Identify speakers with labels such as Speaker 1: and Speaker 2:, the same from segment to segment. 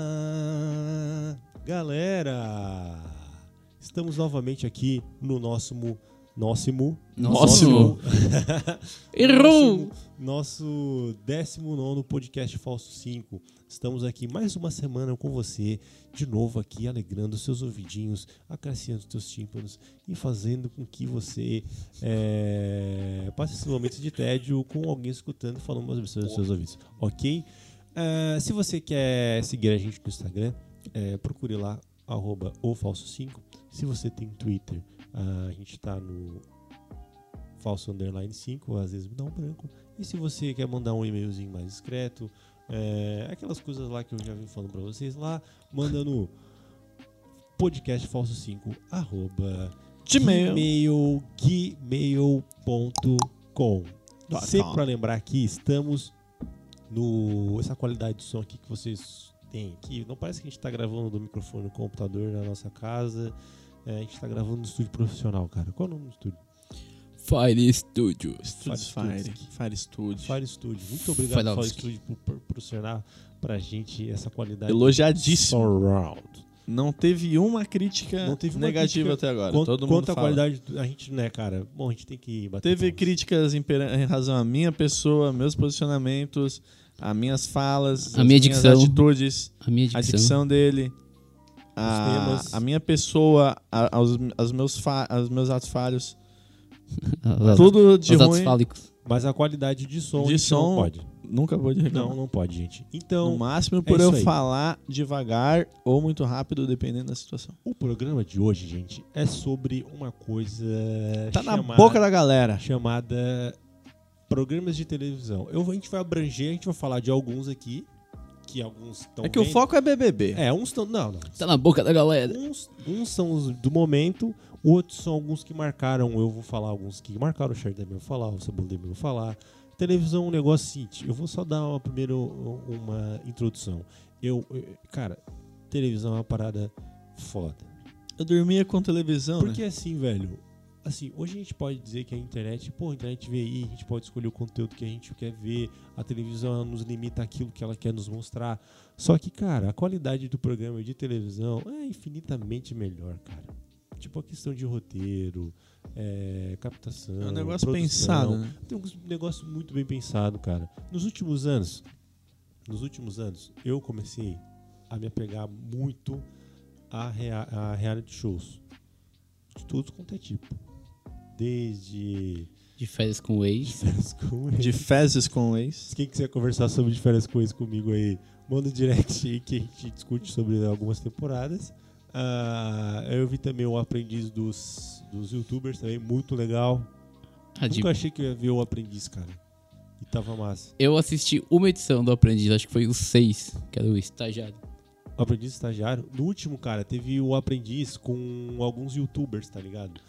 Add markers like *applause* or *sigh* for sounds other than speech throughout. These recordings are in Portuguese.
Speaker 1: Olá, galera! Estamos novamente aqui no nosso mu- Nócimo.
Speaker 2: Nócimo. Errou!
Speaker 1: Nosso, nosso 19 podcast Falso 5. Estamos aqui mais uma semana com você, de novo aqui, alegrando seus ouvidinhos, acariciando seus tímpanos e fazendo com que você eh, passe esses momentos de tédio com alguém escutando e falando umas pessoas nos seus ouvidos, ok? Ah, se você quer seguir a gente no Instagram, eh, procure lá, arroba o falso 5. Se você tem Twitter, ah, a gente tá no falso underline 5, às vezes me dá um branco. E se você quer mandar um e-mailzinho mais discreto, é, aquelas coisas lá que eu já vim falando pra vocês lá, manda no podcastfalso5 arroba
Speaker 2: Gmail.
Speaker 1: gmail, gmail.com.
Speaker 2: Dot
Speaker 1: Sempre
Speaker 2: com.
Speaker 1: pra lembrar que estamos no. Essa qualidade de som aqui que vocês têm aqui. Não parece que a gente tá gravando do microfone no computador na nossa casa. É, a gente tá gravando no estúdio profissional, cara. Qual é o nome do estúdio?
Speaker 3: Fire Studios.
Speaker 2: Studios
Speaker 1: Fire
Speaker 2: Fire. Fire Studio.
Speaker 1: Fire Studio. Muito obrigado, Fire
Speaker 3: Falovski.
Speaker 1: Studio, por por proporcionar pra gente essa qualidade.
Speaker 2: Elogiadíssimo.
Speaker 1: Surround.
Speaker 2: Não teve uma crítica
Speaker 1: Não teve uma
Speaker 2: negativa
Speaker 1: crítica
Speaker 2: até agora.
Speaker 1: Quanto,
Speaker 2: Todo mundo
Speaker 1: quanto à
Speaker 2: fala.
Speaker 1: qualidade, do- a gente, né, cara? Bom, a gente tem que bater.
Speaker 2: Teve
Speaker 1: palmas.
Speaker 2: críticas em, pera- em razão à minha pessoa, meus posicionamentos, as minhas falas,
Speaker 3: A
Speaker 2: as
Speaker 3: minha
Speaker 2: minhas
Speaker 3: dicção.
Speaker 2: atitudes,
Speaker 3: A minha
Speaker 2: a
Speaker 3: dicção.
Speaker 2: dicção dele, a,
Speaker 1: temas.
Speaker 2: a minha pessoa, a- aos, aos meus fa- aos meus atos falhos.
Speaker 3: Os-
Speaker 2: Tudo de
Speaker 3: os atos
Speaker 2: ruim.
Speaker 3: fálicos.
Speaker 1: Mas a qualidade de som.
Speaker 2: De
Speaker 1: a gente
Speaker 2: som,
Speaker 1: Não pode.
Speaker 2: Nunca vou de reclamar.
Speaker 1: Não, não pode, gente.
Speaker 2: No
Speaker 1: Então,
Speaker 3: É
Speaker 2: máximo por eu
Speaker 1: isso aí.
Speaker 2: falar devagar ou muito rápido, dependendo da situação.
Speaker 1: o programa de hoje, gente, é sobre uma coisa. É
Speaker 2: Tá na
Speaker 1: chamada-
Speaker 2: boca da galera.
Speaker 1: chamada programas de televisão. Eu, a gente vai abranger, a gente vai falar de alguns aqui, que alguns estão
Speaker 2: É que o foco é BBB.
Speaker 1: É, uns estão... Não, não.
Speaker 3: Tá na boca da galera.
Speaker 1: Uns, uns são os do momento, outros são alguns que marcaram. Eu vou falar alguns que marcaram. O Chardonnay vai falar, o Saboldeiro vai falar. Televisão é um negócio seguinte. Eu vou só dar uma, primeiro uma introdução. Eu, eh, cara, televisão é uma parada foda.
Speaker 2: Eu dormia com televisão,
Speaker 1: Porque assim, velho, assim, hoje a gente pode dizer que a internet, pô, a internet vê aí, a gente pode escolher o conteúdo que a gente quer ver, a televisão ela nos limita aquilo que ela quer nos mostrar. Só que, cara, a qualidade do programa de televisão é infinitamente melhor, cara. Tipo a questão de roteiro, é, captação.
Speaker 2: né? É um negócio
Speaker 1: produção.
Speaker 2: pensado, né?
Speaker 1: Tem um negócio muito bem pensado, cara. Nos últimos anos, nos últimos anos, eu comecei a me apegar muito a, rea a reality shows. De todos quanto é tipo. Desde
Speaker 3: De férias com o ex.
Speaker 1: férias
Speaker 3: *laughs*
Speaker 1: com ex.
Speaker 2: De fezes com ex.
Speaker 1: Quem quiser conversar sobre de férias com ex comigo aí, manda um direct aí que a gente discute sobre algumas temporadas. Ah, eu vi também o Aprendiz dos, dos Youtubers também, muito legal.
Speaker 3: Ah, de-
Speaker 1: Nunca achei que eu ia ver o Aprendiz, cara. E tava massa.
Speaker 3: Eu assisti uma edição do Aprendiz, acho que foi o 6, que era o estagiário.
Speaker 1: O aprendiz estagiário. No último, cara, teve o aprendiz com alguns youtubers, tá ligado?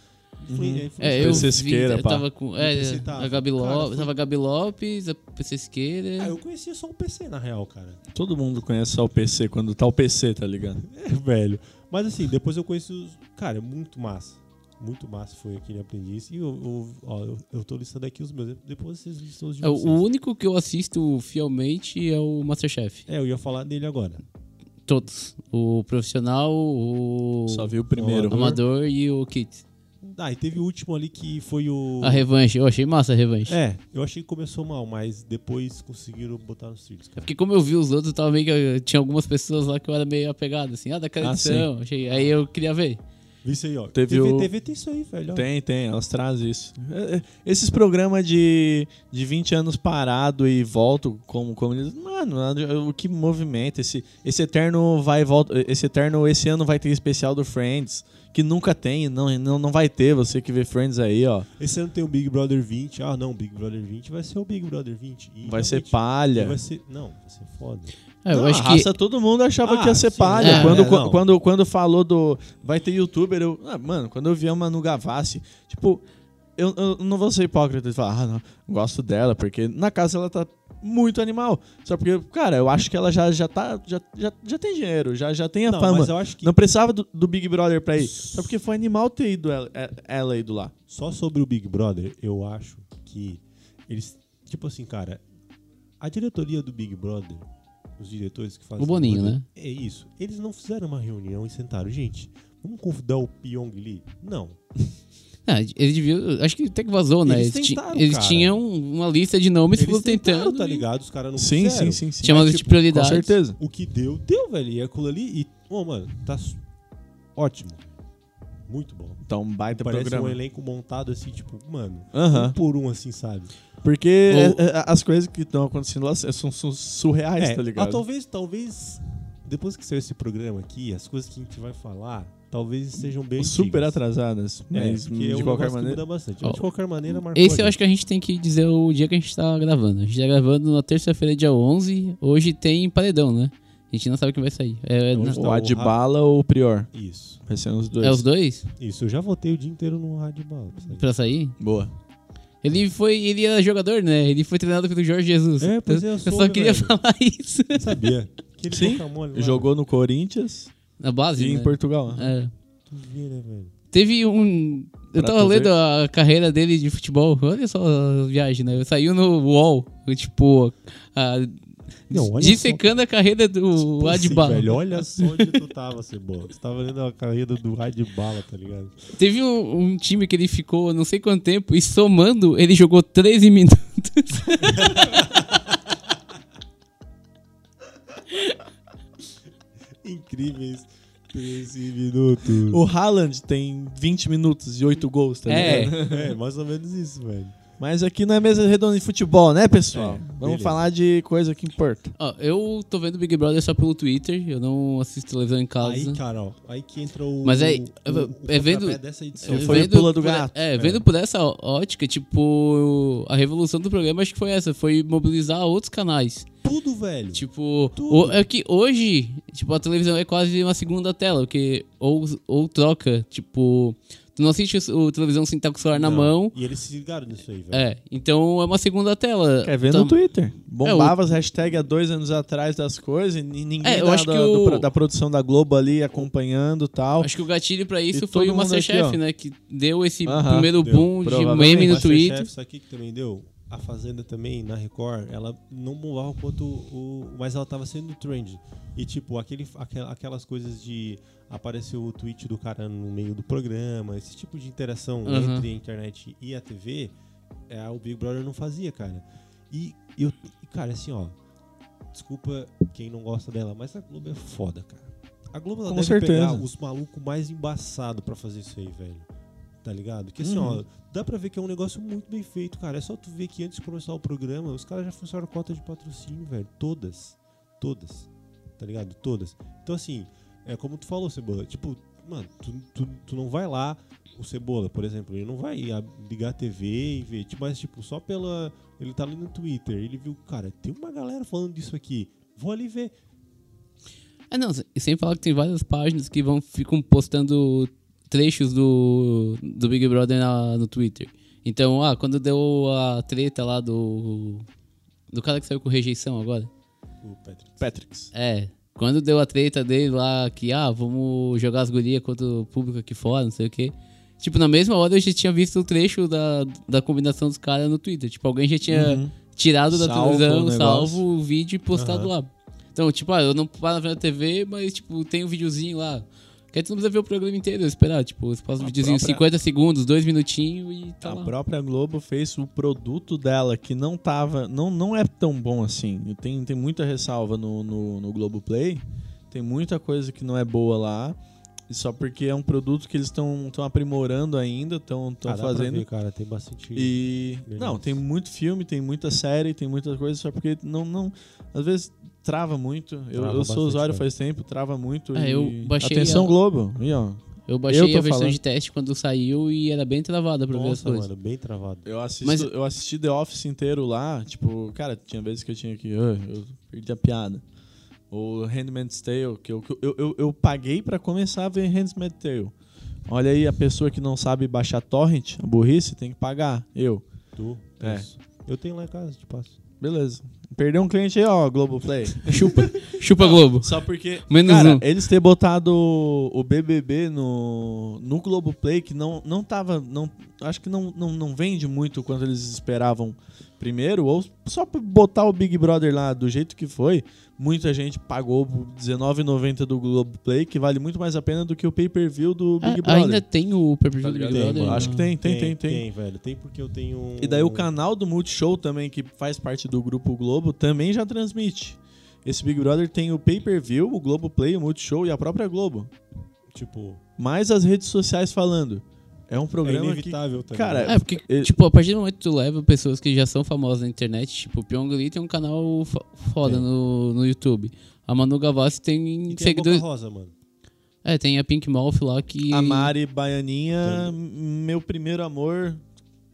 Speaker 1: Influ-
Speaker 2: Uhum.
Speaker 3: É, eu,
Speaker 2: PC
Speaker 3: vi,
Speaker 2: Siqueira,
Speaker 3: eu
Speaker 2: pá.
Speaker 3: tava com. É,
Speaker 1: O PC
Speaker 2: tá,
Speaker 1: tava,
Speaker 3: a Gabi
Speaker 1: cara,
Speaker 3: Lopes.
Speaker 1: foi-
Speaker 3: Tava a Gabi Lopes, a PC Siqueira.
Speaker 1: Ah, eu conhecia só o PC, na real, cara. *laughs*
Speaker 2: Todo mundo conhece só o PC quando tá o PC, tá ligado?
Speaker 1: É, velho. Mas assim, depois eu conheci os. Cara, é muito massa. Muito massa foi aquele aprendiz. E eu, eu- ó, eu, eu tô listando aqui os meus. Depois vocês listam os de
Speaker 3: É, o-
Speaker 1: vocês.
Speaker 3: o único que eu assisto fielmente é o Masterchef.
Speaker 1: É, eu ia falar dele agora.
Speaker 3: Todos. O profissional, o
Speaker 2: Só vi o primeiro.
Speaker 1: Olá.
Speaker 3: amador e o Kit.
Speaker 1: Ah, e teve o último ali que foi o.
Speaker 3: A revanche. Eu achei massa a revanche.
Speaker 1: É, eu achei que começou mal, mas depois conseguiram botar nos trilhos,
Speaker 3: É
Speaker 1: cara.
Speaker 3: porque como eu vi os outros, eu tava meio que eu- tinha algumas pessoas lá que eu era meio apegado, assim, ah, daquela
Speaker 2: Ah,
Speaker 3: edição. achei- Aí eu queria ver.
Speaker 1: Vê isso aí, ó.
Speaker 2: Teve
Speaker 1: TV,
Speaker 2: o-
Speaker 1: TV tem isso aí, velho. ó.
Speaker 2: Tem, tem, elas trazem isso. É, é, Esses programas de, de 20 anos parado e volto, como, como eles. Mano, o que movimenta. Esse, esse eterno vai e volta. Esse eterno, esse ano vai ter especial do Friends. Que nunca tem, não, não, não vai ter. Você que vê Friends aí, ó.
Speaker 1: Esse ano tem o Big Brother 20. Ah, não, o Big Brother 20 vai ser o Big Brother 20. E
Speaker 2: Vai ser
Speaker 1: realmente,
Speaker 2: palha.
Speaker 1: Vai ser, não, vai ser foda.
Speaker 3: É, eu
Speaker 2: Não,
Speaker 3: acho
Speaker 2: a
Speaker 3: que
Speaker 2: raça, todo mundo achava
Speaker 1: Ah,
Speaker 2: que ia ser
Speaker 1: sim.
Speaker 2: palha.
Speaker 3: É,
Speaker 2: quando,
Speaker 1: é, não.
Speaker 2: quando, quando, falou do. Vai ter youtuber, eu. ah, mano, quando eu vi a Manu Gavassi, tipo, eu, eu não vou ser hipócrita e falar, ah, não, gosto dela, porque na casa ela tá muito animal. Só porque, cara, eu acho que ela já, já tá. Já, já, já tem dinheiro, já, já tem a
Speaker 1: não,
Speaker 2: fama.
Speaker 1: mas eu acho que
Speaker 2: Não precisava do, do Big Brother pra ir. Só porque foi animal ter ido ela, é- ela ido lá.
Speaker 1: só sobre o Big Brother, eu acho que eles, tipo assim, cara, a diretoria do Big Brother os diretores que fazem.
Speaker 3: O Boninho, né?
Speaker 1: É isso. Eles não fizeram uma reunião e sentaram, gente, vamos convidar o Pyong Lee? Não.
Speaker 3: Ah, ele devia. Acho que até que vazou, né?
Speaker 1: Eles
Speaker 3: Eles, ti-
Speaker 1: tentaram,
Speaker 3: eles
Speaker 1: cara.
Speaker 3: tinham um, uma lista de nomes que foram tentando.
Speaker 1: tá
Speaker 3: e-
Speaker 1: ligado? Os caras não
Speaker 2: Sim,
Speaker 1: fizeram.
Speaker 2: sim, sim, sim.
Speaker 3: Tinha uma
Speaker 1: Mas,
Speaker 3: lista de
Speaker 1: tipo,
Speaker 2: Com
Speaker 3: prioridades.
Speaker 2: certeza.
Speaker 1: O que deu, deu, velho. E aquilo ali, e, ô, mano, tá s- ótimo. Muito bom.
Speaker 2: Então, um baita
Speaker 1: Parece
Speaker 2: programa.
Speaker 1: um elenco montado assim, tipo, mano,
Speaker 2: Aham.
Speaker 1: um por um, assim, sabe?
Speaker 2: Porque
Speaker 3: Ou-
Speaker 2: é- é- as coisas que estão acontecendo lá são, são surreais,
Speaker 1: É,
Speaker 2: tá ligado?
Speaker 1: ah, talvez, talvez, depois que saiu esse programa aqui, as coisas que a gente vai falar, talvez sejam bem
Speaker 2: Super
Speaker 1: antigas.
Speaker 2: atrasadas. Mas
Speaker 1: assim.
Speaker 2: hum,
Speaker 1: é, porque é um
Speaker 2: de qualquer
Speaker 1: negócio que
Speaker 2: maneira.
Speaker 1: muda bastante. Mas de
Speaker 3: Ó,
Speaker 1: qualquer maneira, marcou
Speaker 3: Esse eu
Speaker 1: ali.
Speaker 3: acho que a gente tem que dizer o dia que a gente tá gravando. A gente tá gravando na terça-feira, dia 11. Hoje tem paredão, né? A gente não sabe quem vai sair. É, é,
Speaker 1: Hoje
Speaker 3: na-
Speaker 1: tá
Speaker 2: Ou a de bala ou o Prior.
Speaker 1: Isso.
Speaker 2: Vai ser os dois.
Speaker 3: é os dois?
Speaker 1: Isso, eu já votei o dia inteiro no rádio bala. pra sair.
Speaker 3: Pra sair?
Speaker 2: Boa.
Speaker 3: Ele foi. Ele era jogador, né? Ele foi treinado pelo Jorge Jesus. Então,
Speaker 1: É, pois é, eu
Speaker 3: eu,
Speaker 1: soube,
Speaker 3: só queria
Speaker 1: velho.
Speaker 3: *laughs* falar isso.
Speaker 1: Eu Sabia. Aquele
Speaker 2: Sim,
Speaker 1: guacamole lá,
Speaker 2: Jogou no Corinthians
Speaker 3: Na base.
Speaker 2: e
Speaker 3: né?
Speaker 2: em Portugal.
Speaker 3: É.
Speaker 1: tu vê, né, velho?
Speaker 3: Teve um. Eu
Speaker 2: Pra
Speaker 3: tava
Speaker 2: tu ver.
Speaker 3: lendo a carreira dele de futebol. Olha só a viagem, né? Saiu no UOL. Tipo, a-
Speaker 1: Não, olha
Speaker 3: dissecando a carreira do
Speaker 1: Pô, sim,
Speaker 3: Adbala.
Speaker 1: velho, olha só onde
Speaker 3: *laughs*
Speaker 1: tu tava, Cebola. Tu tava lendo a carreira do rádio bala, tá ligado?
Speaker 3: Teve um, um time que ele ficou não sei quanto tempo e somando, ele jogou 13 minutos.
Speaker 1: Incríveis 13 minutos.
Speaker 2: O Haaland tem 20 minutos e 8 gols, tá
Speaker 3: É.
Speaker 2: ligado?
Speaker 1: É, mais ou menos isso, velho.
Speaker 2: Mas aqui não é mesa redonda de futebol, né, pessoal?
Speaker 1: É,
Speaker 2: Vamos
Speaker 1: beleza.
Speaker 2: falar de coisa que importa.
Speaker 3: Ó, eu tô vendo Big Brother só pelo Twitter, eu não assisto televisão em casa.
Speaker 1: Aí, cara, ó, aí que entra o.
Speaker 3: Mas aí,
Speaker 1: o- o
Speaker 3: é vendo-
Speaker 1: contrapé dessa edição.
Speaker 3: Eu
Speaker 2: Foi o
Speaker 3: vendo
Speaker 2: pula do
Speaker 3: por-
Speaker 2: gato.
Speaker 3: É, vendo por essa ótica, tipo, a revolução do programa acho que foi essa, foi mobilizar outros canais.
Speaker 1: Tudo, velho.
Speaker 3: Tipo,
Speaker 1: Tudo.
Speaker 3: o- é que hoje, tipo, a televisão é quase uma segunda tela, porque ou, ou troca, tipo, tu não assiste o, o televisão sem estar com o celular na
Speaker 1: Não,
Speaker 3: mão.
Speaker 1: E eles se ligaram nisso aí, velho.
Speaker 3: É, então é uma segunda tela.
Speaker 2: Quer ver
Speaker 3: Tá-
Speaker 2: no Twitter. Bombava as hashtags há dois anos atrás das coisas e ni- ninguém
Speaker 3: É, eu
Speaker 2: da,
Speaker 3: acho
Speaker 2: da-
Speaker 3: que
Speaker 2: do
Speaker 3: o-
Speaker 2: pro- da produção da Globo ali acompanhando e tal.
Speaker 3: Acho que o gatilho pra
Speaker 2: E
Speaker 3: isso
Speaker 2: todo
Speaker 3: foi o
Speaker 2: mundo aqui,
Speaker 3: Masterchef,
Speaker 2: ó.
Speaker 3: né? Que deu esse
Speaker 2: Aham,
Speaker 3: primeiro
Speaker 1: deu.
Speaker 3: boom de
Speaker 2: Provavelmente.
Speaker 3: meme no
Speaker 1: Masterchef,
Speaker 3: Twitter.
Speaker 1: Isso aqui que também deu. A Fazenda também, na Record, ela não bombava quanto o. Mas ela tava sendo trend. E, tipo, aquele, aquel- aquelas coisas de. Apareceu o tweet do cara no meio do programa, esse tipo de interação
Speaker 3: Aham.
Speaker 1: entre a internet e a TV, é, o Big Brother não fazia, cara. E eu. e, Cara, assim, ó. Desculpa quem não gosta dela, mas a Globo é foda, cara. A Globo ela
Speaker 2: Com
Speaker 1: deve
Speaker 2: certeza.
Speaker 1: pegar os malucos mais embaçados pra fazer isso aí, velho. Tá ligado? Porque assim,
Speaker 3: Uhum.
Speaker 1: ó, dá pra ver que é um negócio muito bem feito, cara. É só tu ver que antes de começar o programa, os caras já funcionaram cota de patrocínio, velho. Todas. Todas. Tá ligado? Todas. Então, assim, é como tu falou, Cebola. Tipo, mano, tu, tu, tu não vai lá, o Cebola, por exemplo, ele não vai a- ligar a TV e ver. tipo, Mas, tipo, só pela. Ele tá ali no Twitter, ele viu, cara, tem uma galera falando disso aqui. Vou ali ver.
Speaker 3: Ah, não, e sem falar que tem várias páginas que vão ficam postando trechos do, do Big Brother na- no Twitter. Então, ah, quando deu a treta lá do. Do cara que saiu com rejeição agora.
Speaker 1: O Patrick.
Speaker 2: Patricks.
Speaker 3: É. Quando deu a treta dele lá, que, ah, vamos jogar as gurias contra o público aqui fora, não sei o quê. Tipo, na mesma hora eu já tinha visto o trecho da, da combinação dos caras no Twitter. Tipo, alguém já tinha tirado da
Speaker 2: Uhum. Salvo o
Speaker 3: televisão,
Speaker 2: negócio.
Speaker 3: salvo o vídeo e postado
Speaker 1: Aham.
Speaker 3: lá. Então, tipo, ah, eu não paro na frente da TV, mas, tipo, tem um videozinho lá. Que tu não precisa ver o programa inteiro, eu esperar. Tipo, você passa um
Speaker 2: A
Speaker 3: videozinho de
Speaker 2: própria-
Speaker 3: 50 segundos, dois minutinhos e tá
Speaker 2: a
Speaker 3: lá.
Speaker 2: própria Globo fez o produto dela que não tava. Não, não é tão bom assim. E Tem, tem muita ressalva no, no, no Globoplay. Tem muita coisa que não é boa lá. E Só porque é um produto que eles estão aprimorando ainda, estão
Speaker 1: Ah, dá pra
Speaker 2: fazendo.
Speaker 1: ver, cara, tem bastante.
Speaker 2: E.
Speaker 1: Beleza.
Speaker 2: Não, tem muito filme, tem muita série, tem muitas coisas, só porque não. não às vezes trava muito.
Speaker 1: Trava
Speaker 2: Eu, eu sou
Speaker 1: bastante, né?
Speaker 2: usuário
Speaker 1: cara.
Speaker 2: faz tempo, trava muito.
Speaker 3: É,
Speaker 2: e-
Speaker 3: eu baixei
Speaker 2: Atenção,
Speaker 3: a-
Speaker 2: Globo. Aí, ó.
Speaker 3: Eu baixei
Speaker 2: Eu tô
Speaker 3: a versão
Speaker 2: falando.
Speaker 3: de teste quando saiu e era bem travada pra ver as
Speaker 1: Nossa,
Speaker 3: coisas.
Speaker 1: mano, bem travado.
Speaker 2: Eu, assisto,
Speaker 3: Mas-
Speaker 2: eu assisti The Office inteiro lá, tipo, cara, tinha vezes que eu tinha que. "Ah, eu perdi a piada. Ou Handmaid's Tale, que eu, que eu, eu, eu paguei pra começar a ver Handmaid's Tale. Olha aí, a pessoa que não sabe baixar torrent, a burrice, tem que pagar. Eu.
Speaker 1: Tu?
Speaker 2: É.
Speaker 1: Isso. Eu tenho lá em casa, te passo.
Speaker 2: Beleza. Perdeu um cliente aí, ó, Globoplay.
Speaker 3: Chupa, chupa Globo.
Speaker 2: Só porque.
Speaker 3: Menos
Speaker 2: cara,
Speaker 3: um.
Speaker 2: eles ter botado o BBB no, no Globoplay, que não, não tava. Não, acho que não, não, não vende muito quanto eles esperavam primeiro, ou só pra botar o Big Brother lá do jeito que foi, muita gente pagou R$19,90 do Globoplay, que vale muito mais a pena do que o pay-per-view do Big
Speaker 3: Ah,
Speaker 2: Brother.
Speaker 3: Ainda tem o pay-per-view
Speaker 2: Tá
Speaker 3: do
Speaker 2: ligado?
Speaker 3: Big
Speaker 2: Tem,
Speaker 3: Brother? né?
Speaker 2: mano. Acho que tem, tem, tem, tem.
Speaker 1: Tem, velho. Tem porque eu tenho. um-
Speaker 2: E daí o canal do Multishow também, que faz parte do Grupo Globo, também já transmite. Esse Big Brother tem o pay-per-view, o Globo Play, o Multishow e a própria Globo.
Speaker 1: Tipo,
Speaker 2: Mais as redes sociais falando. É um
Speaker 1: é
Speaker 2: programa que...
Speaker 1: inevitável também.
Speaker 2: cara,
Speaker 1: né?
Speaker 3: É, porque,
Speaker 2: Ele-
Speaker 3: tipo, a partir do momento que tu leva pessoas que já são famosas na internet, tipo, o Pyong Lee tem um canal fo- foda
Speaker 1: Tem.
Speaker 3: no, no YouTube. A Manu Gavassi tem,
Speaker 1: E tem a Boca
Speaker 3: seguidores.
Speaker 1: Rosa, mano.
Speaker 3: É, tem a Pink Mouth lá que.
Speaker 2: A Mari Baianinha, meu primeiro amor...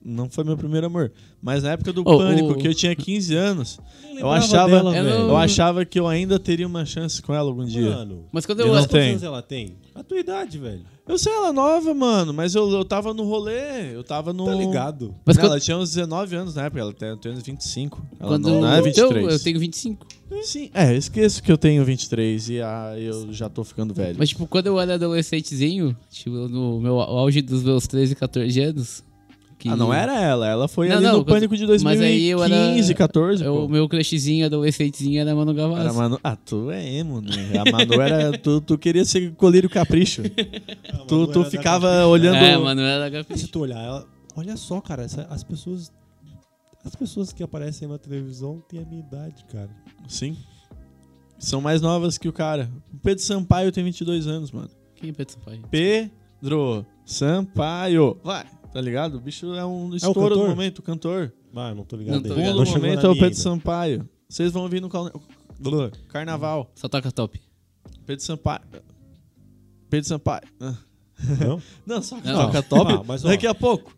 Speaker 2: Não foi meu primeiro amor. Mas na época do
Speaker 3: Oh,
Speaker 2: Pânico,
Speaker 3: o-
Speaker 2: que eu tinha 15 anos, eu
Speaker 1: lembrava
Speaker 2: achava,
Speaker 1: dela,
Speaker 2: eu
Speaker 3: velho.
Speaker 2: achava que eu ainda teria uma chance com ela algum dia.
Speaker 1: Mano.
Speaker 3: Mas quando
Speaker 2: Eu
Speaker 3: eu.
Speaker 2: não
Speaker 1: Quantos
Speaker 2: tenho.
Speaker 1: anos ela tem? A tua idade, velho.
Speaker 2: Eu sei ela é nova, mano, mas eu, eu tava no rolê, eu tava no...
Speaker 1: Tá ligado?
Speaker 3: Mas
Speaker 2: Não,
Speaker 3: quando-
Speaker 2: ela tinha uns 19 anos na época, ela tem, tem uns 25. Ela
Speaker 3: quando
Speaker 2: não, não é 23.
Speaker 3: Então, eu tenho 25.
Speaker 2: Sim, é, eu esqueço que eu tenho 23 e ah, eu já tô ficando velho.
Speaker 3: Mas, tipo, quando eu era adolescentezinho, tipo, no meu auge dos meus 13, 14 anos. que-
Speaker 2: Ah, não era ela, ela foi
Speaker 3: Não,
Speaker 2: ali
Speaker 3: não,
Speaker 2: no Pânico de
Speaker 3: mas
Speaker 2: 2015,
Speaker 3: aí eu era-
Speaker 2: 14, pô.
Speaker 3: O meu crushzinho adolescentezinho era Manu Gavassi.
Speaker 2: Tipo, Era a Manu... Ah, tu é emo, né? A Manu era... *laughs* tu, tu queria ser colírio *laughs* capricho.
Speaker 1: Ah, mano,
Speaker 2: É, tu
Speaker 1: ela
Speaker 2: tu
Speaker 1: dá
Speaker 2: ficava
Speaker 1: pra-
Speaker 2: olhando...
Speaker 3: É, Manu era
Speaker 1: Mas Se
Speaker 3: gafinha.
Speaker 1: tu olhar, ela... olha só, cara, essa- as pessoas. As pessoas que aparecem na televisão têm a minha idade, cara.
Speaker 2: Sim. São mais novas que o cara. O Pedro Sampaio tem 22 anos, mano.
Speaker 3: Quem é Pedro Sampaio?
Speaker 2: Pedro Sampaio. Vai, tá ligado? O bicho é um estouro do
Speaker 1: cantor?
Speaker 2: momento, cantor.
Speaker 1: Ah, eu não tô ligado.
Speaker 3: Não tô
Speaker 1: ainda.
Speaker 3: ligado.
Speaker 2: Bom do
Speaker 1: chegou na
Speaker 2: momento é o
Speaker 1: minha
Speaker 2: Pedro
Speaker 1: ainda.
Speaker 2: Sampaio. Vocês vão vir no cal- Blá, carnaval.
Speaker 3: Só toca top.
Speaker 2: Pedro Sampaio. Pedro Sampaio. Ah.
Speaker 1: Não?
Speaker 2: Não, só que
Speaker 3: Não.
Speaker 2: toca top.
Speaker 1: Ah, mas, ó.
Speaker 2: Daqui a pouco.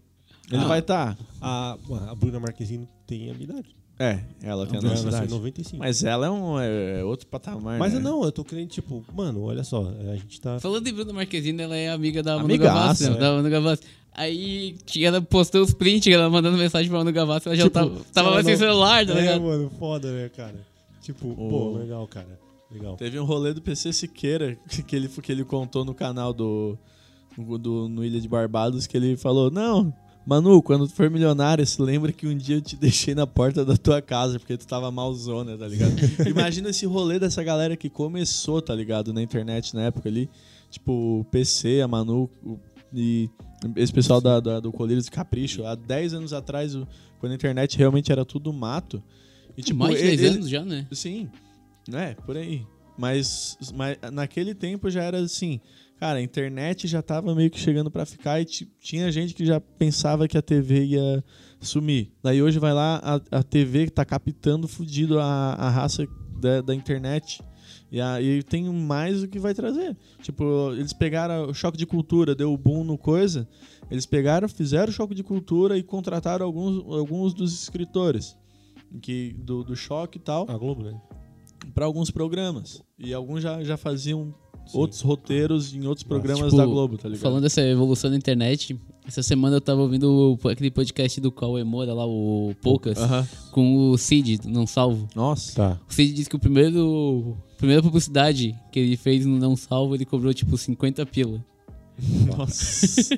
Speaker 2: Ele
Speaker 3: Ah.
Speaker 2: vai tá. estar.
Speaker 1: A, a Bruna Marquezine tem a minha idade.
Speaker 2: É, ela tem a
Speaker 1: Ela
Speaker 2: nossa
Speaker 1: nasceu em
Speaker 2: idade.
Speaker 1: 95. Mas,
Speaker 2: Mas ela é um é, outro patamar. né?
Speaker 1: não, eu tô crendo, tipo, mano, olha só, a gente tá.
Speaker 3: Falando em Bruna Marquezine, ela é amiga da Manu
Speaker 2: Amigaça,
Speaker 3: Gavassi, né?
Speaker 1: é.
Speaker 3: Da Manu Gavassi. Aí que ela postou os prints, ela mandando mensagem pra Manu Gavassi, ela já
Speaker 1: Tipo,
Speaker 3: tava, tava
Speaker 1: ela
Speaker 3: mais sem
Speaker 1: não-
Speaker 3: celular, tá
Speaker 1: É,
Speaker 3: ligado?
Speaker 1: mano, foda, né, cara? Tipo, pô,
Speaker 2: O-
Speaker 1: legal, cara. Legal.
Speaker 2: Teve um rolê do PC Siqueira *laughs* que ele, que ele contou no canal do, do no Ilha de Barbados que ele falou: Não, Manu, quando tu for milionário, se lembra que um dia eu te deixei na porta da tua casa porque tu tava malzona, tá ligado? Imagina esse rolê dessa galera que começou, tá ligado, na internet na época ali. Tipo, o PC, a Manu o- e esse pessoal da, da- do Colírios do Capricho. Há 10 anos atrás, o- quando a internet realmente era tudo mato. E, tipo,
Speaker 3: mais de 10
Speaker 2: ele-
Speaker 3: anos já, né?
Speaker 2: Sim, né? Por aí. Mas, mas naquele tempo já era assim, cara, a internet já tava meio que chegando pra ficar e ti- tinha gente que já pensava que a TV ia sumir. Daí hoje vai lá, a, a TV tá captando fudido a, a raça da, da internet. E aí tem mais o que vai trazer. Tipo, eles pegaram o choque de cultura, deu boom no coisa. Eles pegaram, fizeram o choque de cultura e contrataram alguns, alguns dos escritores que, do, do choque e tal
Speaker 1: A Globo, né?
Speaker 2: para alguns programas. E alguns já, já faziam
Speaker 1: Sim.
Speaker 2: outros roteiros em outros programas
Speaker 3: Tipo,
Speaker 2: da Globo, tá ligado?
Speaker 3: Falando dessa evolução da internet, essa semana eu tava ouvindo o- aquele podcast do Cauê Moura lá, o Poucas,
Speaker 2: Aham.
Speaker 3: com o Cid, não salvo.
Speaker 2: Nossa.
Speaker 1: Tá.
Speaker 3: O Cid disse que o primeiro. a Primeira publicidade que ele fez no Não Salvo, ele cobrou tipo 50 pila.
Speaker 2: Nossa. *laughs*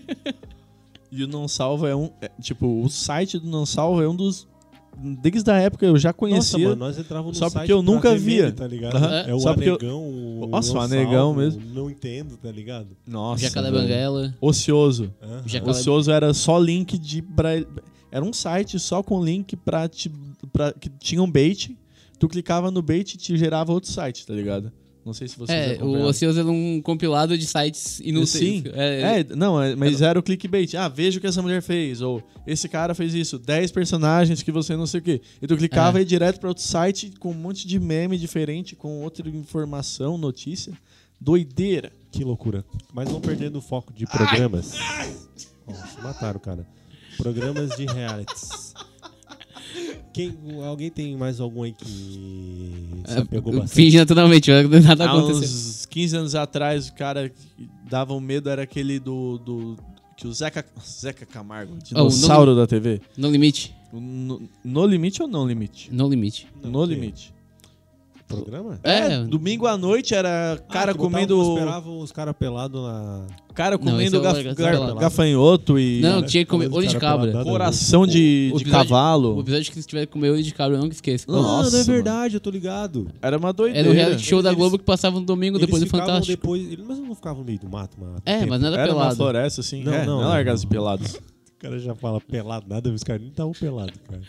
Speaker 2: e o Não Salva é um. é, tipo, o site do Não Salva é um dos. Desde a época eu já
Speaker 1: Nossa,
Speaker 2: conhecia.
Speaker 1: mano, nós entrávamos no
Speaker 2: só
Speaker 1: site
Speaker 2: porque eu
Speaker 1: pra
Speaker 2: nunca
Speaker 1: ver
Speaker 2: via.
Speaker 1: meme, tá ligado?
Speaker 2: Aham.
Speaker 1: É o
Speaker 2: Só porque eu-
Speaker 1: anegão, o
Speaker 2: Nossa, o
Speaker 1: Não
Speaker 2: anegão
Speaker 1: Salvo,
Speaker 2: mesmo.
Speaker 1: Não entendo, tá ligado?
Speaker 2: Nossa.
Speaker 3: Jacaré
Speaker 2: velho.
Speaker 3: Banguela.
Speaker 2: Ocioso.
Speaker 1: Aham.
Speaker 3: Jacaré- Ela-
Speaker 2: Ocioso era só link de. Pra... Era um site só com link pra, te... pra. que tinha um bait. Tu clicava no bait e te gerava outro site, tá ligado? Não sei se vocês
Speaker 3: É, o
Speaker 2: acompanharam.
Speaker 3: Ocioso era um compilado de sites inúteis.
Speaker 2: Sim.
Speaker 3: É,
Speaker 2: É, não, é- mas era o clickbait. Ah, veja o que essa mulher fez. Ou esse cara fez isso. 10 personagens que você não sei o quê. E tu clicava aí direto pra outro site com um monte de meme diferente, com outra informação, notícia. Doideira.
Speaker 1: Que loucura. Mas não perdendo o foco de programas. Nossa, mataram, cara. Programas de realities. Quem, alguém tem mais algum aí que se apegou
Speaker 3: é,
Speaker 1: bastante?
Speaker 3: finge naturalmente, nada
Speaker 2: Há
Speaker 3: aconteceu.
Speaker 2: Tá uns 15 anos atrás, o cara que dava um medo era aquele do. do- que o Zeca, Zeca Camargo, dinossauro da TV.
Speaker 3: No limite.
Speaker 2: No, no limite ou não limite?
Speaker 3: No limite.
Speaker 1: Não,
Speaker 2: no
Speaker 1: tem.
Speaker 2: limite.
Speaker 1: Programa?
Speaker 3: É,
Speaker 2: Domingo à noite era cara
Speaker 1: Ah, que botavam-
Speaker 2: comendo.
Speaker 1: Esperavam os caras pelados na.
Speaker 2: Cara
Speaker 3: Não, esse
Speaker 2: comendo
Speaker 3: é o
Speaker 2: gaf-
Speaker 3: Gafanhoto
Speaker 2: gar-
Speaker 3: Pelado.
Speaker 2: gafanhoto e. né?
Speaker 3: Não,
Speaker 1: Cara,
Speaker 3: tinha que comer
Speaker 1: comendo
Speaker 3: olho de
Speaker 1: cara né,
Speaker 3: cabra.
Speaker 1: pelado.
Speaker 2: Coração
Speaker 3: O-
Speaker 2: de,
Speaker 3: o
Speaker 2: de
Speaker 3: episódio-
Speaker 2: cavalo.
Speaker 3: O episódio que você tiver com meu olho de cabra, eu nunca esqueço.
Speaker 2: Nossa,
Speaker 1: Mano, é
Speaker 2: mano.
Speaker 1: verdade, eu tô ligado.
Speaker 2: Era uma doideira.
Speaker 3: Era o reality show da
Speaker 1: Eles-
Speaker 3: Globo que passava no domingo depois do
Speaker 1: Eles ficavam
Speaker 3: Fantástico.
Speaker 1: Depois, eles, mas não ficavam no meio do mato, mano.
Speaker 3: É, mas nada
Speaker 2: Era uma
Speaker 3: pelado.
Speaker 2: floresta, assim.
Speaker 1: Não,
Speaker 2: é,
Speaker 1: não,
Speaker 2: não, é
Speaker 1: não.
Speaker 2: largados e pelados.
Speaker 1: O cara já fala pelado nada, os caras nem estavam pelados,
Speaker 3: *laughs*
Speaker 1: cara.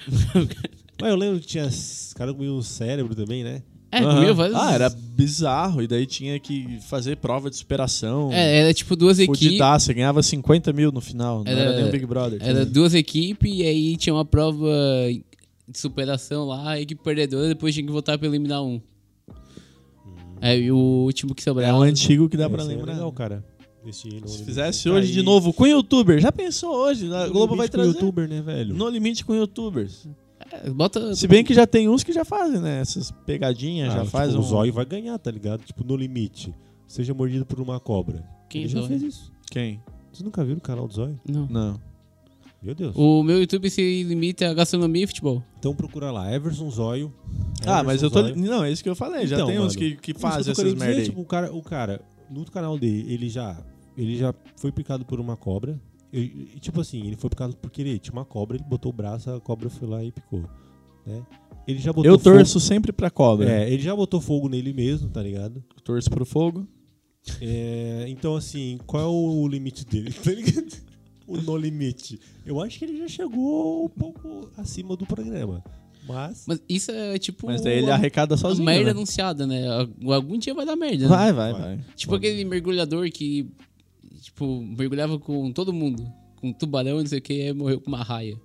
Speaker 1: mas eu lembro que tinha. Os caras comiam um cérebro também, né?
Speaker 3: *laughs* É,
Speaker 2: Aham.
Speaker 3: comia vários.
Speaker 2: Ah, era bizarro. E daí tinha que fazer prova de superação.
Speaker 3: É, era tipo duas equipes.
Speaker 2: Fudidaça, ganhava 50 mil no final. Não era,
Speaker 3: Era-
Speaker 2: nem o Big Brother.
Speaker 3: Era duas equipes e aí tinha uma prova de superação lá, a equipe perdedora depois tinha que votar pra eliminar um. Aí o último que
Speaker 2: É
Speaker 3: sobrava.
Speaker 2: um antigo que dá pra
Speaker 1: Esse é
Speaker 2: lembrar.
Speaker 1: legal, cara. Esse não
Speaker 2: Se
Speaker 1: lembro.
Speaker 2: fizesse
Speaker 1: Tá
Speaker 2: hoje
Speaker 1: aí.
Speaker 2: de novo com youtuber, já pensou hoje? A
Speaker 1: No
Speaker 2: Globo vai
Speaker 1: limite com
Speaker 2: trazer.
Speaker 1: youtuber, né, velho?
Speaker 2: No limite com youtubers.
Speaker 3: É, Bota.
Speaker 2: Se bem que já tem uns que já fazem, né? Essas pegadinhas,
Speaker 1: Ah,
Speaker 2: já
Speaker 1: tipo,
Speaker 2: faz um.
Speaker 1: O zóio vai ganhar, tá ligado? Tipo, no limite. Seja mordido por uma cobra.
Speaker 3: Quem né?
Speaker 1: Ele já
Speaker 3: zóio?
Speaker 1: fez isso.
Speaker 2: Quem?
Speaker 1: Vocês nunca viram o canal do Zóio?
Speaker 3: Não.
Speaker 2: Não.
Speaker 1: Meu Deus.
Speaker 3: O meu YouTube se limita a gastronomia e futebol.
Speaker 1: Então procura lá, Everson Zóio.
Speaker 2: ah,
Speaker 1: Everson
Speaker 2: mas eu tô.
Speaker 1: Zóio.
Speaker 2: Não, é isso que eu falei. Já
Speaker 1: Então,
Speaker 2: tem uns
Speaker 1: mano,
Speaker 2: que, que
Speaker 1: Isso que eu tô
Speaker 2: fazem essas
Speaker 1: querendo dizer,
Speaker 2: merda aí.
Speaker 1: Tipo, o cara, o cara, no canal dele, ele já, ele já foi picado por uma cobra. E, e, tipo assim, ele foi picado por querer. Tinha uma cobra, ele botou o braço, a cobra foi lá e picou. Né? Ele já botou
Speaker 2: eu
Speaker 1: fogo-
Speaker 2: torço sempre pra cobra.
Speaker 1: É, ele já botou fogo nele mesmo, tá ligado?
Speaker 2: Torço pro fogo.
Speaker 1: É, então, assim, qual é o limite dele, *laughs* tá ligado? O no limite. Eu acho que ele já chegou um pouco acima do programa. Mas.
Speaker 3: Mas isso é tipo.
Speaker 2: Mas daí ele
Speaker 3: a,
Speaker 2: arrecada
Speaker 3: a
Speaker 2: sozinho.
Speaker 3: merda
Speaker 2: né?
Speaker 3: anunciada, né? A- Algum dia vai dar merda. né?
Speaker 2: Vai, vai,
Speaker 1: Vai.
Speaker 2: vai.
Speaker 3: Tipo aquele mergulhador que, tipo, mergulhava com todo mundo. Com tubarão e não sei o que, e aí morreu com uma raia.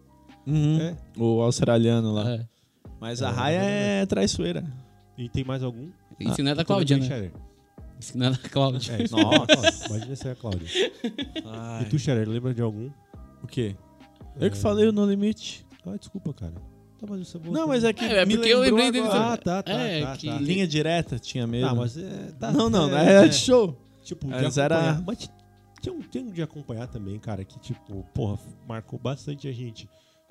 Speaker 2: Uhum.
Speaker 1: É.
Speaker 2: O australiano lá.
Speaker 3: É.
Speaker 2: Mas a raia é traiçoeira.
Speaker 1: E tem mais algum?
Speaker 3: Isso
Speaker 2: Ah,
Speaker 3: não é da Cláudia, né? Isso não é da
Speaker 2: *laughs*
Speaker 3: Cláudia.
Speaker 1: *laughs* É, isso
Speaker 2: Nossa.
Speaker 1: é da Cláudia. Imagina se é a Cláudia. E tu, Xarer, lembra de algum?
Speaker 2: O quê?
Speaker 1: É.
Speaker 2: Eu que falei o No Limite.
Speaker 1: Ah, desculpa, cara. Tá, mas você
Speaker 2: Não, mas é que.
Speaker 3: É, é
Speaker 2: me
Speaker 3: porque eu
Speaker 2: lembrou
Speaker 3: lembrei dele
Speaker 1: Ah,
Speaker 3: também.
Speaker 2: agora.
Speaker 1: tá, tá,
Speaker 3: É,
Speaker 1: tá,
Speaker 3: que
Speaker 1: tá.
Speaker 2: Linha direta tinha mesmo.
Speaker 1: Tá, mas é, tá,
Speaker 2: não, não,
Speaker 1: é,
Speaker 2: é,
Speaker 1: é,
Speaker 2: show.
Speaker 1: Tipo,
Speaker 2: Mas
Speaker 1: de
Speaker 2: era-
Speaker 1: acompanhar. Mas tinha um tempo de acompanhar também, cara, que, tipo, porra, marcou bastante a gente.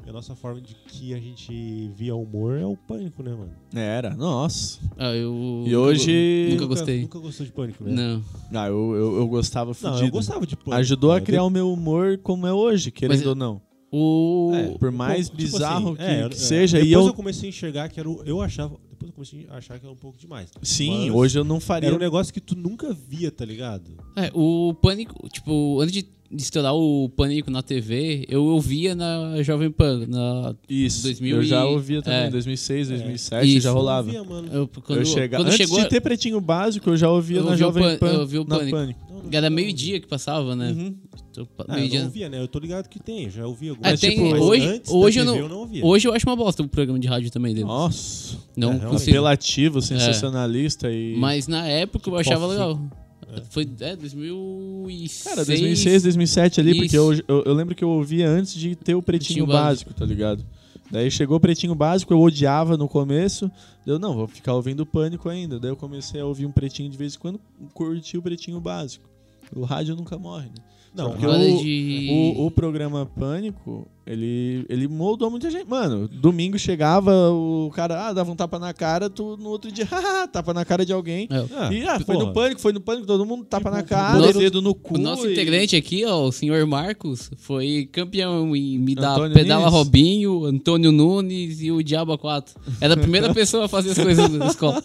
Speaker 1: E a nossa forma de que a gente via humor é o pânico, né, mano?
Speaker 2: Era, nossa.
Speaker 3: Ah, eu
Speaker 2: E
Speaker 3: nunca-
Speaker 2: hoje-
Speaker 3: Nunca gostei.
Speaker 1: Nunca gostou de pânico, né?
Speaker 3: Não.
Speaker 2: Ah, eu, eu, eu gostava
Speaker 1: Não,
Speaker 2: fudido.
Speaker 1: eu gostava É, de pânico. né?
Speaker 2: Ajudou a
Speaker 1: cara.
Speaker 2: criar um o meu humor como é hoje, querendo
Speaker 3: Mas-
Speaker 2: ou não.
Speaker 3: O.
Speaker 1: É,
Speaker 2: Por
Speaker 1: um
Speaker 2: mais
Speaker 1: pouco, tipo
Speaker 2: bizarro
Speaker 1: assim,
Speaker 2: que,
Speaker 1: é,
Speaker 2: que
Speaker 1: é,
Speaker 2: seja, e
Speaker 1: Depois
Speaker 2: eu.
Speaker 1: eu comecei a enxergar que era o, Eu achava. Depois eu comecei a achar que era um pouco demais.
Speaker 2: Sim,
Speaker 1: Mas
Speaker 2: hoje eu não faria.
Speaker 1: Era um negócio que tu nunca via, tá ligado?
Speaker 3: É, o pânico, tipo, antes de estourar o pânico na TV, eu ouvia na Jovem Pan. Na,
Speaker 2: Isso.
Speaker 3: 2000
Speaker 2: eu já
Speaker 3: e-
Speaker 2: ouvia também,
Speaker 3: é.
Speaker 2: 2006, 2007,
Speaker 3: Isso.
Speaker 2: já rolava.
Speaker 1: Eu não via, mano.
Speaker 3: eu, quando
Speaker 2: eu chega...
Speaker 3: quando
Speaker 2: Antes
Speaker 3: chegou.
Speaker 2: de ter Pretinho Básico, eu já ouvia
Speaker 3: Eu
Speaker 2: na
Speaker 3: ouvi o
Speaker 2: Jovem
Speaker 3: Pan-
Speaker 2: Pan,
Speaker 3: eu ouvi o
Speaker 2: na
Speaker 3: Pânico.
Speaker 2: Pânico.
Speaker 1: Então, Não, não
Speaker 3: Era
Speaker 1: via,
Speaker 3: meio-dia que passava, né?
Speaker 2: Uhum.
Speaker 3: Então, pa-
Speaker 1: Ah, eu
Speaker 3: meio-dia.
Speaker 1: não ouvia, né? Eu tô ligado que tem, já ouvia alguma
Speaker 3: É,
Speaker 2: Mas,
Speaker 3: tem-
Speaker 2: tipo,
Speaker 3: hoje,
Speaker 1: antes da
Speaker 3: hoje, eu
Speaker 1: TV
Speaker 3: não,
Speaker 1: eu não ouvia.
Speaker 3: hoje eu acho uma bosta o programa de rádio também dele.
Speaker 2: Nossa.
Speaker 3: não
Speaker 1: é, realmente.
Speaker 3: consigo.
Speaker 2: Apelativo, sensacionalista e.
Speaker 3: Então, assim, Mas na época eu
Speaker 2: Tipo,
Speaker 3: achava
Speaker 2: assim.
Speaker 3: legal. Foi é, 2006.
Speaker 2: Cara, 2006, 2007 ali, porque eu,
Speaker 3: Isso.
Speaker 2: eu, eu lembro que eu ouvia antes de ter o Pretinho,
Speaker 3: Pretinho
Speaker 2: básico,
Speaker 3: Básico.
Speaker 2: tá ligado? Daí chegou o Pretinho Básico, eu odiava no começo. Deu, não, vou ficar ouvindo Pânico ainda. Daí eu comecei a ouvir um Pretinho de vez em quando, curti o Pretinho Básico. O rádio nunca morre, né?
Speaker 1: Não,
Speaker 2: porque
Speaker 3: Hora
Speaker 2: o-
Speaker 3: de-
Speaker 2: O, o programa Pânico, ele, ele moldou muita gente. Mano, domingo chegava, o cara ah, dava um tapa na cara, tu no outro dia, *laughs* ah, tapa na cara de alguém.
Speaker 3: É,
Speaker 1: Ah,
Speaker 2: E ah, foi
Speaker 1: porra.
Speaker 2: no pânico, foi no pânico, todo mundo tapa na
Speaker 1: Tipo,
Speaker 2: cara,
Speaker 3: o nosso-
Speaker 2: dedo no cu.
Speaker 3: O nosso
Speaker 2: e-
Speaker 3: integrante aqui, ó, o senhor Marcos, foi campeão em me dar
Speaker 2: Antônio
Speaker 3: pedala
Speaker 2: Nunes?
Speaker 3: Robinho, Antônio Nunes e o Diaba 4. Era a primeira *laughs* pessoa a fazer as coisas na escola.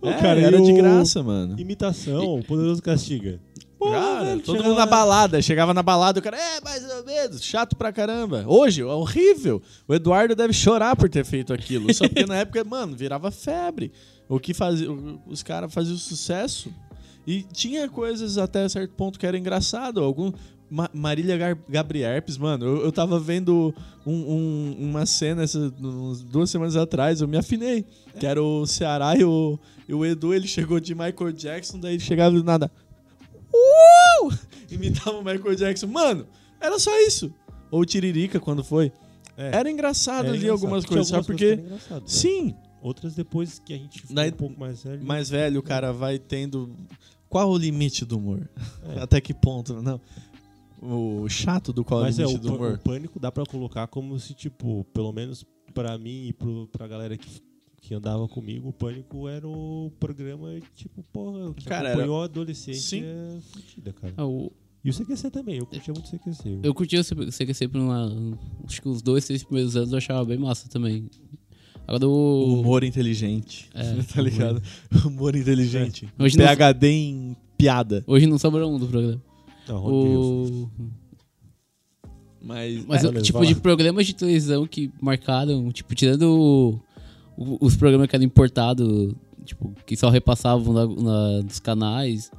Speaker 1: Ô,
Speaker 2: É,
Speaker 1: cara,
Speaker 2: era
Speaker 1: e
Speaker 2: de
Speaker 1: o-
Speaker 2: graça, mano.
Speaker 1: Imitação, Poderoso Castiga. Porra,
Speaker 2: Cara,
Speaker 1: velho,
Speaker 2: né? todo
Speaker 1: chega
Speaker 2: mundo
Speaker 1: lá-
Speaker 2: na balada. Chegava na balada, o cara, é, mais ou menos, chato pra caramba. Hoje, é horrível. O Eduardo deve chorar por ter feito aquilo. Só porque na *laughs* época, mano, virava febre. O que fazia, o- os caras faziam sucesso. E tinha coisas até certo ponto que era engraçado. Algum, Ma- Marília Gar Gabrielpes, mano, eu, eu tava vendo um- um- uma cena essa, uns duas semanas atrás, eu me afinei. Que era o Ceará e o, e o Edu, ele chegou de Michael Jackson, daí ele chegava do nada. Uh! Imitava o Michael Jackson. Mano, era só isso. Ou o Tiririca, quando foi.
Speaker 1: É,
Speaker 2: Era engraçado ali
Speaker 1: engraçado.
Speaker 2: algumas
Speaker 1: Tinha
Speaker 2: coisas, só
Speaker 1: que
Speaker 2: porque.
Speaker 1: eram engraçadas, né?
Speaker 2: Sim,
Speaker 1: Outras depois que a gente ficou
Speaker 2: Daí-
Speaker 1: um pouco mais sério.
Speaker 2: mais velho, o cara vai tendo. Qual o limite do humor? Até que ponto? Não. O chato do qual
Speaker 1: Mas
Speaker 2: o
Speaker 1: é,
Speaker 2: limite
Speaker 1: o,
Speaker 2: do
Speaker 1: pân-
Speaker 2: humor.
Speaker 1: o pânico dá pra colocar como se, tipo, pelo menos pra mim e pro, pra galera que, que andava comigo, o Pânico era o programa, tipo, porra, que
Speaker 2: Cara,
Speaker 1: acompanhou a adolescência
Speaker 2: Sim.
Speaker 1: fudida, cara.
Speaker 3: Ah, o-
Speaker 1: E o CQC também, eu curtia muito o CQC.
Speaker 3: Eu curti o CQC por uma. Acho que os dois, três primeiros anos eu achava bem massa também. Agora
Speaker 2: O
Speaker 3: o.
Speaker 2: humor inteligente.
Speaker 3: É.
Speaker 2: *laughs* tá ligado? Humor inteligente.
Speaker 3: Hoje não-
Speaker 2: PHD em piada.
Speaker 3: Hoje não sobrou um do programa.
Speaker 1: Não, Ah, Rodrigo.
Speaker 3: O...
Speaker 2: Mas.
Speaker 3: Mas
Speaker 1: É,
Speaker 3: o
Speaker 1: beleza,
Speaker 3: tipo
Speaker 1: vai
Speaker 3: de
Speaker 1: lá.
Speaker 3: programas de televisão que marcaram, tipo, tirando o- o- os programas que eram importados, tipo, que só repassavam na, na- nos canais,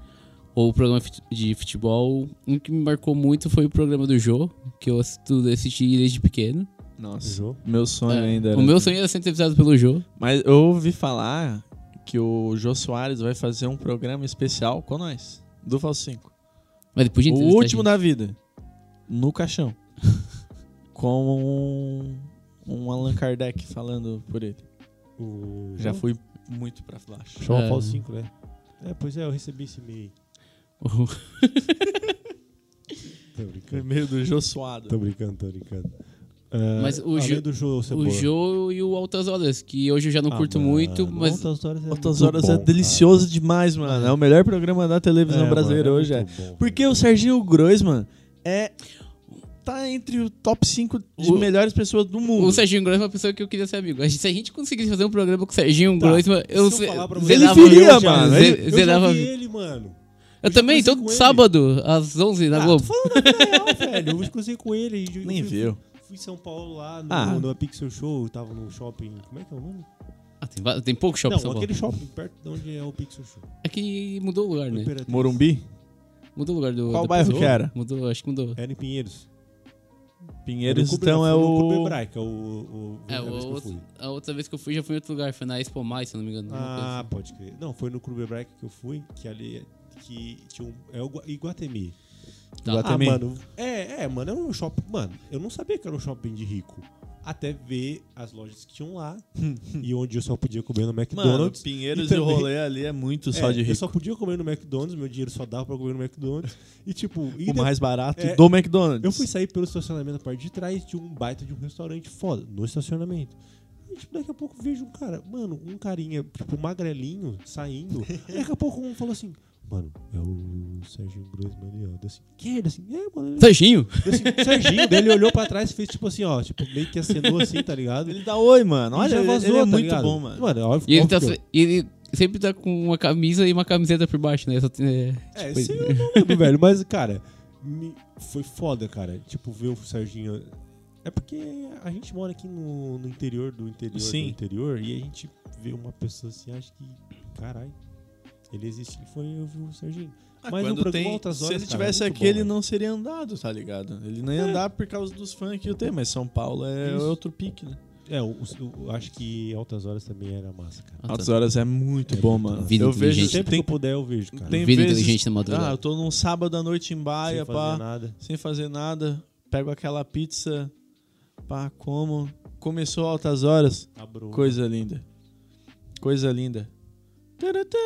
Speaker 3: ou o programa fut- de futebol, um que me marcou muito foi o programa do Jô, que eu assisto- assisti desde pequeno.
Speaker 2: Nossa.
Speaker 1: Jô?
Speaker 2: Meu sonho
Speaker 3: É,
Speaker 2: ainda.
Speaker 3: o
Speaker 2: era-
Speaker 3: meu sonho era ser entrevistado pelo Jô.
Speaker 2: Mas eu ouvi falar que o Jô Soares vai fazer um programa especial com nós. Do Falso 5.
Speaker 3: Mas depois de
Speaker 2: o
Speaker 3: entrevistar a
Speaker 2: último
Speaker 3: gente.
Speaker 2: da vida. No caixão. *laughs* com um, um Allan Kardec falando por ele.
Speaker 1: O
Speaker 2: Já
Speaker 1: Jô?
Speaker 2: fui muito pra
Speaker 1: *laughs*
Speaker 2: baixo.
Speaker 1: Chama
Speaker 3: É.
Speaker 1: Fall 5, né? É, pois é, eu recebi esse e-mail. Tô brincando,
Speaker 2: Primeiro do Jô Suado.
Speaker 1: tô brincando, tô brincando.
Speaker 2: É,
Speaker 1: Ah,
Speaker 3: Mas o
Speaker 1: além
Speaker 3: Jô-
Speaker 1: do Jô,
Speaker 3: *laughs* o Jô e o Altas Horas, que hoje eu já não
Speaker 1: Ah,
Speaker 3: curto muito, mas
Speaker 1: Altas Horas é,
Speaker 2: Outras
Speaker 1: muito
Speaker 2: horas
Speaker 1: bom,
Speaker 2: é
Speaker 1: cara.
Speaker 2: delicioso demais, mano. É o melhor programa da televisão
Speaker 1: É,
Speaker 2: brasileira
Speaker 1: mano,
Speaker 2: hoje, é.
Speaker 1: muito bom,
Speaker 2: Porque o Serginho Groisman é tá entre o top 5 de
Speaker 3: O-
Speaker 2: melhores pessoas do mundo.
Speaker 3: O Serginho Grosso é uma pessoa que eu queria ser amigo. A gente- Se a gente conseguisse fazer um programa com o Serginho
Speaker 1: Tá.
Speaker 3: Grosso, eu,
Speaker 1: Se eu
Speaker 3: ze-
Speaker 1: falar pra você-
Speaker 3: zerava.
Speaker 2: Ele viria,
Speaker 3: eu, já-
Speaker 2: mano.
Speaker 3: ze-
Speaker 2: Ele-
Speaker 1: Eu
Speaker 3: zerava-
Speaker 1: já vi ele, mano.
Speaker 3: Eu
Speaker 1: já
Speaker 3: também,
Speaker 1: conversei
Speaker 3: todo
Speaker 1: com ele.
Speaker 3: sábado, às 11 na
Speaker 1: Ah,
Speaker 3: Globo.
Speaker 1: Ah, *laughs* velho, eu cruzei com ele. e eu
Speaker 2: Nem
Speaker 1: fui-
Speaker 2: viu.
Speaker 1: Fui em São Paulo lá no,
Speaker 2: Ah.
Speaker 1: no Pixel Show, tava no shopping. Como é que é o nome?
Speaker 3: Ah, tem, va- tem pouco shopping
Speaker 1: Não,
Speaker 3: em São Paulo.
Speaker 1: aquele shopping perto de onde é o Pixel Show.
Speaker 3: É que mudou o lugar,
Speaker 1: No
Speaker 3: né?
Speaker 1: Imperatriz.
Speaker 2: Morumbi?
Speaker 3: Mudou o lugar do.
Speaker 2: Qual
Speaker 3: da
Speaker 2: bairro
Speaker 3: pessoa.
Speaker 2: que era?
Speaker 3: Mudou, acho que mudou.
Speaker 1: Era em É, Pinheiros.
Speaker 2: Pinheiros,
Speaker 1: Era no
Speaker 2: então
Speaker 1: Clube-
Speaker 2: é
Speaker 1: foi no Clube
Speaker 2: o.
Speaker 1: Hebraica, o. o
Speaker 3: É,
Speaker 1: a vez
Speaker 3: o
Speaker 1: que eu
Speaker 3: outro-
Speaker 1: fui.
Speaker 3: a outra vez que eu fui já foi em outro lugar, foi na Expo Mais, se eu não me engano. alguma coisa
Speaker 1: Ah,
Speaker 3: assim.
Speaker 1: pode crer. Não, foi no Clube Hebraica que eu fui, que ali é- que tinha um. É o Gua- Iguatemi.
Speaker 3: Tá.
Speaker 2: Iguatemi.
Speaker 1: Ah, mano. É, é, mano, era um shopping. Mano, eu não sabia que era um shopping de rico. Até ver as lojas que tinham
Speaker 2: *laughs*
Speaker 1: lá e onde eu só podia comer no
Speaker 2: Mano,
Speaker 1: McDonald's.
Speaker 2: Pinheiros
Speaker 1: E
Speaker 2: e o
Speaker 1: também-
Speaker 2: rolê ali é muito só
Speaker 1: É,
Speaker 2: de
Speaker 1: Eu
Speaker 2: rico.
Speaker 1: só podia comer no McDonald's, meu dinheiro só dava pra comer no McDonald's. E tipo, e
Speaker 2: O mais barato
Speaker 1: É.
Speaker 2: do McDonald's.
Speaker 1: Eu fui sair pelo estacionamento, a parte de trás de um baita de um restaurante foda, no estacionamento. E, tipo, daqui a pouco eu vejo um cara, mano, um carinha, tipo, magrelinho, saindo.
Speaker 2: *laughs*
Speaker 1: Aí, daqui a pouco um falou assim, mano, é o Serginho Grossman ali, ó. Eu assim, que? Ele assim, é, mano. ele-
Speaker 3: Serginho!
Speaker 1: Eu
Speaker 2: *laughs*
Speaker 1: assim, Serginho, daí ele olhou pra trás e fez tipo assim, ó, tipo, meio que acenou assim, tá ligado?
Speaker 2: Ele dá oi, mano.
Speaker 1: E
Speaker 2: Olha,
Speaker 1: já
Speaker 2: ele-
Speaker 1: vazou,
Speaker 2: ele é
Speaker 1: tá
Speaker 2: muito
Speaker 1: ligado?
Speaker 2: bom, mano.
Speaker 1: Mano, óbvio,
Speaker 3: E ele,
Speaker 1: óbvio
Speaker 3: tá,
Speaker 1: que é. eu-
Speaker 3: se- ele sempre tá com uma camisa e uma camiseta por baixo, né? Só tem- é,
Speaker 1: É,
Speaker 3: tipo,
Speaker 1: isso
Speaker 2: *laughs*
Speaker 1: eu não lembro, velho. Mas, cara, me- foi foda, cara. Tipo, ver o Serginho. É porque a gente mora aqui no, no interior do interior
Speaker 2: Sim.
Speaker 1: do interior e a gente vê uma pessoa assim, acha que, caralho, ele existe. Ele Foi eu vi o Serginho.
Speaker 2: Ah,
Speaker 1: Mas
Speaker 2: quando
Speaker 1: no programa
Speaker 2: tem-
Speaker 1: Altas
Speaker 2: se
Speaker 1: Horas,
Speaker 2: ele
Speaker 1: cara,
Speaker 2: tivesse
Speaker 1: é muito
Speaker 2: aqui,
Speaker 1: bom,
Speaker 2: ele
Speaker 1: velho.
Speaker 2: não seria andado, tá ligado? Ele não ia
Speaker 1: É.
Speaker 2: andar por causa dos fãs que eu tenho, mas São Paulo é
Speaker 1: Isso.
Speaker 2: outro pique, né?
Speaker 1: É, o- o- eu acho que Altas Horas também era massa, cara.
Speaker 3: Ah, tá.
Speaker 2: Altas Horas é muito
Speaker 1: É
Speaker 2: bom,
Speaker 1: muito
Speaker 2: mano.
Speaker 1: bom.
Speaker 3: Vida
Speaker 2: eu vejo
Speaker 3: inteligente. né?
Speaker 1: Sempre
Speaker 2: tem,
Speaker 1: que eu puder, eu vejo, cara.
Speaker 2: tem
Speaker 3: Vida
Speaker 2: vezes,
Speaker 3: inteligente na madrugada.
Speaker 2: Ah, eu tô num sábado à noite em
Speaker 1: Sem
Speaker 2: Baia,
Speaker 1: fazer
Speaker 2: pá,
Speaker 1: nada.
Speaker 2: sem fazer nada, pego aquela pizza, pá, como. Começou Altas Horas,
Speaker 1: Abro.
Speaker 2: coisa linda. Coisa linda.
Speaker 1: O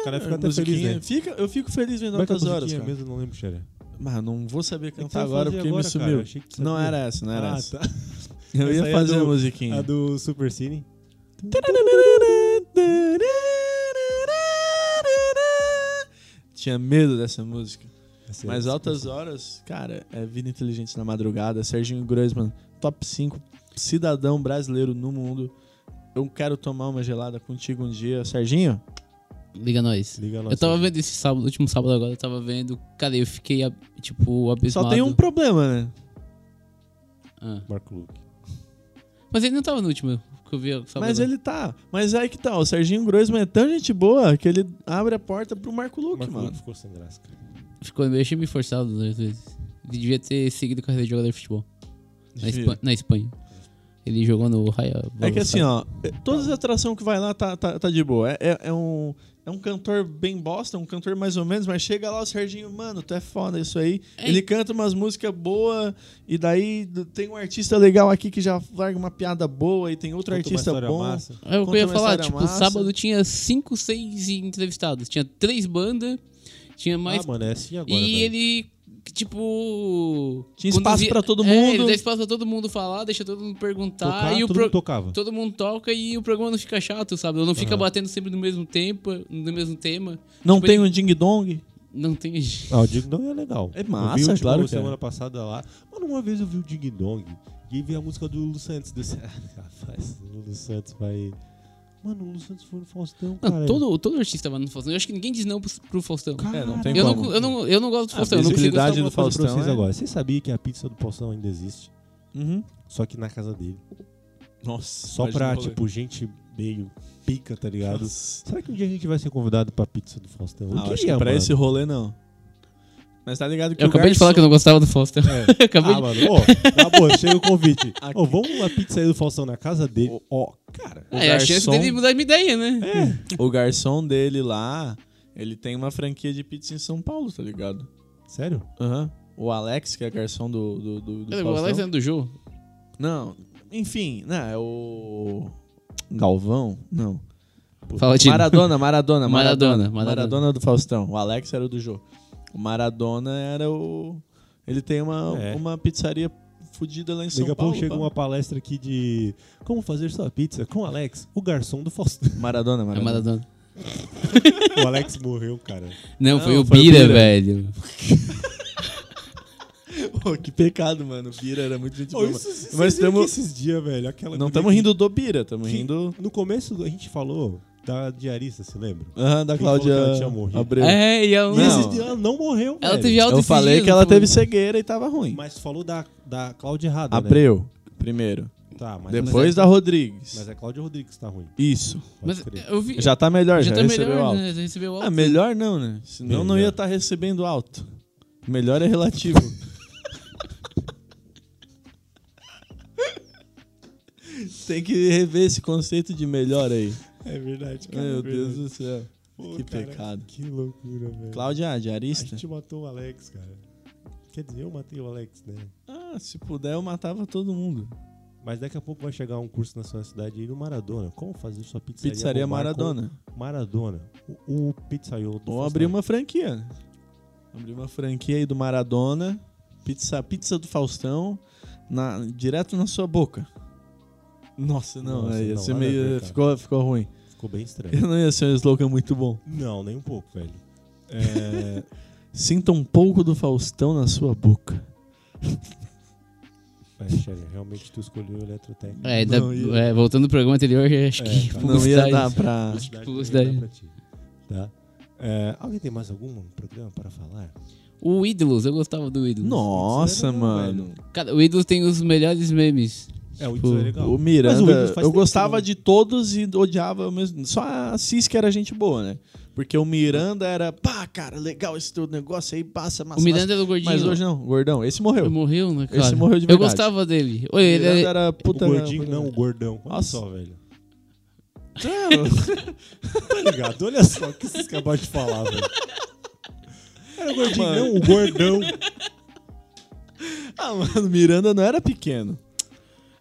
Speaker 1: cara fica até
Speaker 2: é, Musiquinha.
Speaker 1: feliz, né?
Speaker 2: Fica- eu fico feliz vendo
Speaker 1: Como é que é a
Speaker 2: Altas Horas,
Speaker 1: musiquinha
Speaker 2: cara.
Speaker 1: mesmo? Eu não lembro, Xeré.
Speaker 2: Mas não vou saber
Speaker 1: que
Speaker 2: cantar
Speaker 1: você vai
Speaker 2: agora
Speaker 1: fazer
Speaker 2: porque me
Speaker 1: agora, cara?
Speaker 2: sumiu.
Speaker 1: Achei que você
Speaker 2: Não
Speaker 1: sabia.
Speaker 2: era essa, não era
Speaker 1: Ah,
Speaker 2: essa.
Speaker 1: tá.
Speaker 2: Eu
Speaker 1: Essa
Speaker 2: ia
Speaker 1: aí é
Speaker 2: fazer
Speaker 1: do-
Speaker 2: a musiquinha.
Speaker 1: A do Super Cine?
Speaker 2: Tinha medo dessa música.
Speaker 1: Essa aí é
Speaker 2: Mas
Speaker 1: do
Speaker 2: altas horas, cara, é Vida Inteligente na Madrugada, Serginho Groisman, top 5 cidadão brasileiro no mundo. Eu quero tomar uma gelada contigo um dia. Serginho,
Speaker 3: Liga nós.
Speaker 1: Liga lá,
Speaker 3: Eu tava
Speaker 1: Serginho.
Speaker 3: vendo esse sábado, último sábado agora, eu tava vendo. Cara, eu fiquei, ab- tipo,
Speaker 2: só
Speaker 3: abismado.
Speaker 2: tem um problema, né?
Speaker 3: Ah.
Speaker 1: Marco Luque.
Speaker 3: Mas ele não tava no último, que eu vi sábado.
Speaker 2: Mas ele tá. Mas aí que tá, o Serginho Groisman é tão gente boa que ele abre a porta pro Marco Luque,
Speaker 1: Marco
Speaker 2: mano.
Speaker 1: Luque ficou sem graça, cara.
Speaker 3: Ficou meio achei meio forçado às vezes. Ele devia ter seguido carreira de jogador de futebol. Na,
Speaker 2: Devia.
Speaker 3: Espa- na Espanha. Ele jogou no Raia.
Speaker 2: É que assim, ó, é- todas as atrações que vai lá tá, tá, tá de boa. É, é- é um, é um cantor bem bosta, um cantor mais ou menos, mas chega lá o Serginho, mano, tu é foda isso aí.
Speaker 3: É.
Speaker 2: Ele canta umas músicas boas, e daí d- tem um artista legal aqui que já larga uma piada boa, e tem outro
Speaker 1: Conta uma
Speaker 2: artista
Speaker 1: história
Speaker 2: bom.
Speaker 1: massa.
Speaker 3: É o que eu
Speaker 2: conta
Speaker 3: ia
Speaker 2: uma
Speaker 3: falar,
Speaker 2: história
Speaker 3: tipo,
Speaker 2: massa.
Speaker 3: sábado tinha 5, 6 entrevistados. Tinha três bandas, tinha mais.
Speaker 2: Ah,
Speaker 1: Ah, mano, é assim agora.
Speaker 3: e
Speaker 1: velho.
Speaker 3: ele que, tipo.
Speaker 2: Tinha espaço
Speaker 3: conduzia-
Speaker 2: pra todo
Speaker 3: É, ele
Speaker 2: mundo.
Speaker 3: dá espaço pra todo mundo falar, deixa todo mundo perguntar.
Speaker 1: Tocar,
Speaker 3: tá- e o
Speaker 1: todo
Speaker 3: pro-
Speaker 1: mundo tocava.
Speaker 3: todo mundo toca e o programa não fica chato, sabe? Não fica
Speaker 1: Aham.
Speaker 3: batendo sempre no mesmo tempo, no mesmo tema.
Speaker 2: Não
Speaker 3: Tipo,
Speaker 2: tem um ding-dong.
Speaker 3: Não tem.
Speaker 2: *laughs*
Speaker 1: Ah, o Ding Dong é legal.
Speaker 2: É massa,
Speaker 1: eu vi, tipo,
Speaker 2: claro que é.
Speaker 1: semana passada lá. Mano, uma vez eu vi o Ding Dong e vi a música do Lulu Santos. Desse... *laughs* Rapaz, o Lulu Santos vai. Mano, o Lulu Santos foi no Faustão,
Speaker 3: Não,
Speaker 1: cara.
Speaker 3: todo, todo artista vai no Faustão. Eu acho que ninguém diz não pro, pro Faustão.
Speaker 1: Caralho.
Speaker 2: É, não tem
Speaker 3: Eu
Speaker 2: como.
Speaker 3: não, eu, não, eu não gosto do
Speaker 2: A
Speaker 3: Faustão. Eu não consigo
Speaker 2: visibilidade
Speaker 1: Vou
Speaker 2: do
Speaker 1: falar uma coisa pra
Speaker 2: Faustão,
Speaker 1: vocês
Speaker 2: é?
Speaker 1: agora. Você sabia que a pizza do Faustão ainda existe?
Speaker 2: Uhum.
Speaker 1: Só que na casa dele.
Speaker 2: Nossa.
Speaker 1: Só pra, tipo, gente meio pica, tá ligado?
Speaker 2: Nossa.
Speaker 1: Será que um dia a gente vai ser convidado pra pizza do Faustão? Eu
Speaker 2: Ah, eu acho
Speaker 1: queria,
Speaker 2: que pra
Speaker 1: mano.
Speaker 2: esse rolê, não. Mas tá ligado que
Speaker 3: Eu
Speaker 2: o
Speaker 3: acabei de falar que eu não gostava do
Speaker 1: *laughs*
Speaker 3: Faustão.
Speaker 2: *laughs*
Speaker 1: É.
Speaker 3: acabei
Speaker 1: Ah, mano, ó, na boa, chega o convite.
Speaker 2: Aqui.
Speaker 1: Ô, vamos uma pizza aí do Faustão na casa dele. Ó, cara.
Speaker 2: o
Speaker 3: de... É, a chance
Speaker 2: garçom- É,
Speaker 3: dele mudar minha ideia, né?
Speaker 2: O garçom dele lá, ele tem uma franquia de pizza em São Paulo, tá ligado?
Speaker 1: Sério?
Speaker 2: Aham. O Alex, que é garçom do, do, do, do
Speaker 3: É, o
Speaker 2: Faustão.
Speaker 3: Alex é do jogo.
Speaker 2: Não, enfim, não, é o... Galvão? Não.
Speaker 3: Fala, time.
Speaker 2: Maradona,
Speaker 3: *laughs*
Speaker 2: Maradona, Maradona,
Speaker 3: Maradona,
Speaker 2: Maradona. é
Speaker 3: Maradona.
Speaker 2: do Faustão. O Alex era o do jogo. O Maradona era o... Ele tem uma,
Speaker 1: É.
Speaker 2: uma pizzaria fudida lá em São
Speaker 1: Daqui a
Speaker 2: Paulo.
Speaker 1: pouco chega
Speaker 2: pá.
Speaker 1: uma palestra aqui de como fazer sua pizza com o Alex, o garçom do Faustão. *laughs*
Speaker 2: Maradona,
Speaker 3: É
Speaker 2: Maradona.
Speaker 3: Maradona.
Speaker 1: o Alex morreu, cara.
Speaker 3: Não,
Speaker 2: Não,
Speaker 3: foi o
Speaker 2: foi o
Speaker 3: Bira,
Speaker 2: Bira.
Speaker 3: velho.
Speaker 2: Pô, que pecado, mano. O Bira era muito gente
Speaker 1: Ô,
Speaker 2: boa.
Speaker 1: isso, isso,
Speaker 2: Tipo, Mas
Speaker 1: Mas
Speaker 2: tamo-
Speaker 1: esses dias, velho. Aquela
Speaker 2: Não
Speaker 1: guria
Speaker 2: estamos
Speaker 1: que-
Speaker 2: rindo do Bira, estamos
Speaker 1: que
Speaker 2: rindo
Speaker 1: No começo a gente falou da diarista, se lembra?
Speaker 2: Aham, da
Speaker 1: Quem falou
Speaker 2: Cláudia
Speaker 1: que ela tinha morrido?
Speaker 2: Abreu.
Speaker 3: É, e eu...
Speaker 1: E
Speaker 2: Não.
Speaker 1: esses dias ela não morreu,
Speaker 3: Ela
Speaker 1: velho.
Speaker 3: teve alta
Speaker 2: Eu
Speaker 3: esses
Speaker 2: falei
Speaker 3: dias,
Speaker 2: que ela
Speaker 3: eu falei.
Speaker 2: teve cegueira e tava ruim.
Speaker 1: Mas falou da, da Cláudia errada, né?
Speaker 2: Abreu, primeiro.
Speaker 1: Tá, mas
Speaker 2: Depois
Speaker 1: mas é,
Speaker 2: da Rodrigues.
Speaker 1: Mas é Cláudia Rodrigues que tá ruim.
Speaker 2: Isso.
Speaker 1: Pode
Speaker 3: Mas
Speaker 1: crer.
Speaker 3: eu vi...
Speaker 2: Já tá melhor, já,
Speaker 3: já tá
Speaker 2: recebeu
Speaker 3: melhor,
Speaker 2: alto.
Speaker 3: né? Já recebeu alto.
Speaker 2: Ah, melhor não, né? Senão não
Speaker 1: Melhor.
Speaker 2: ia estar recebendo alto. Melhor é relativo. *laughs* Tem que rever esse conceito de melhor aí.
Speaker 1: É verdade, cara. é
Speaker 2: Meu Deus
Speaker 1: verdade.
Speaker 2: do céu.
Speaker 1: Pô,
Speaker 2: que
Speaker 1: cara,
Speaker 2: pecado.
Speaker 1: Que loucura, velho.
Speaker 2: Cláudia,
Speaker 1: A
Speaker 2: diarista?
Speaker 1: gente matou o Alex, cara. Quer dizer, eu matei o Alex, né?
Speaker 2: Ah, se puder eu matava todo mundo.
Speaker 1: Mas daqui a pouco vai chegar um curso na sua cidade aí no Maradona. Como fazer sua pizzaria?
Speaker 2: Pizzaria
Speaker 1: bombar
Speaker 2: Maradona.
Speaker 1: com Maradona. O, o pizzaiolo do
Speaker 2: Ou
Speaker 1: Faustão.
Speaker 2: abrir uma franquia. né? Abrir uma franquia aí do Maradona, pizza, pizza do Faustão, na- direto na sua boca. Nossa, não,
Speaker 1: Nossa,
Speaker 2: aí ia
Speaker 1: não,
Speaker 2: ser
Speaker 1: nada a ver,
Speaker 2: meio.
Speaker 1: cara.
Speaker 2: ficou, ficou ruim.
Speaker 1: Ficou bem estranho.
Speaker 2: *laughs* Eu não ia ser um slogan muito bom.
Speaker 1: Não, nem um pouco, velho. É, *laughs*
Speaker 2: Sinta um pouco do Faustão na sua boca.
Speaker 1: é, Shelly, realmente tu escolheu o eletrotécnico.
Speaker 3: É, da-
Speaker 2: Não, ia-
Speaker 3: é, voltando pro programa anterior, eu acho
Speaker 1: É,
Speaker 3: que...
Speaker 1: cara.
Speaker 2: Não ia
Speaker 3: publicidade.
Speaker 2: dar pra.
Speaker 3: publicidade.
Speaker 1: Pra ti, tá? É, alguém tem mais algum programa para falar?
Speaker 3: O Ídolos, eu gostava do Ídolos.
Speaker 2: Nossa,
Speaker 1: Isso é legal,
Speaker 2: mano.
Speaker 3: Cara, o Ídolos tem os melhores memes.
Speaker 1: É, o
Speaker 3: Tipo,
Speaker 1: Itzu é legal.
Speaker 2: O Miranda,
Speaker 1: Mas o Windows faz
Speaker 2: eu
Speaker 1: tempo
Speaker 2: gostava
Speaker 1: que não-
Speaker 2: de todos e odiava ao mesmo. Só a Cis que era gente boa, né? Porque o Miranda era, pá, cara, legal esse teu negócio aí, passa, massa,
Speaker 3: o Miranda era o
Speaker 2: massa.
Speaker 3: gordinho.
Speaker 2: Mas hoje não, gordão. Esse morreu.
Speaker 3: Ele morreu, né, cara?
Speaker 2: morreu de
Speaker 3: Eu
Speaker 2: verdade.
Speaker 3: gostava dele.
Speaker 2: O
Speaker 3: Olha, ele é-
Speaker 2: Miranda
Speaker 3: era...
Speaker 2: era puta.
Speaker 1: o gordinho,
Speaker 2: puta-
Speaker 1: não,
Speaker 2: *laughs*
Speaker 1: o gordão. Olha
Speaker 2: tá Nossa.
Speaker 1: só, velho.
Speaker 2: Não,
Speaker 1: Tá ligado? Olha só o que vocês acabaram de falar, velho. Era o gordinho,
Speaker 2: Mano.
Speaker 1: não, o
Speaker 2: *laughs*
Speaker 1: gordão.
Speaker 2: ah, mano, o Miranda não era pequeno.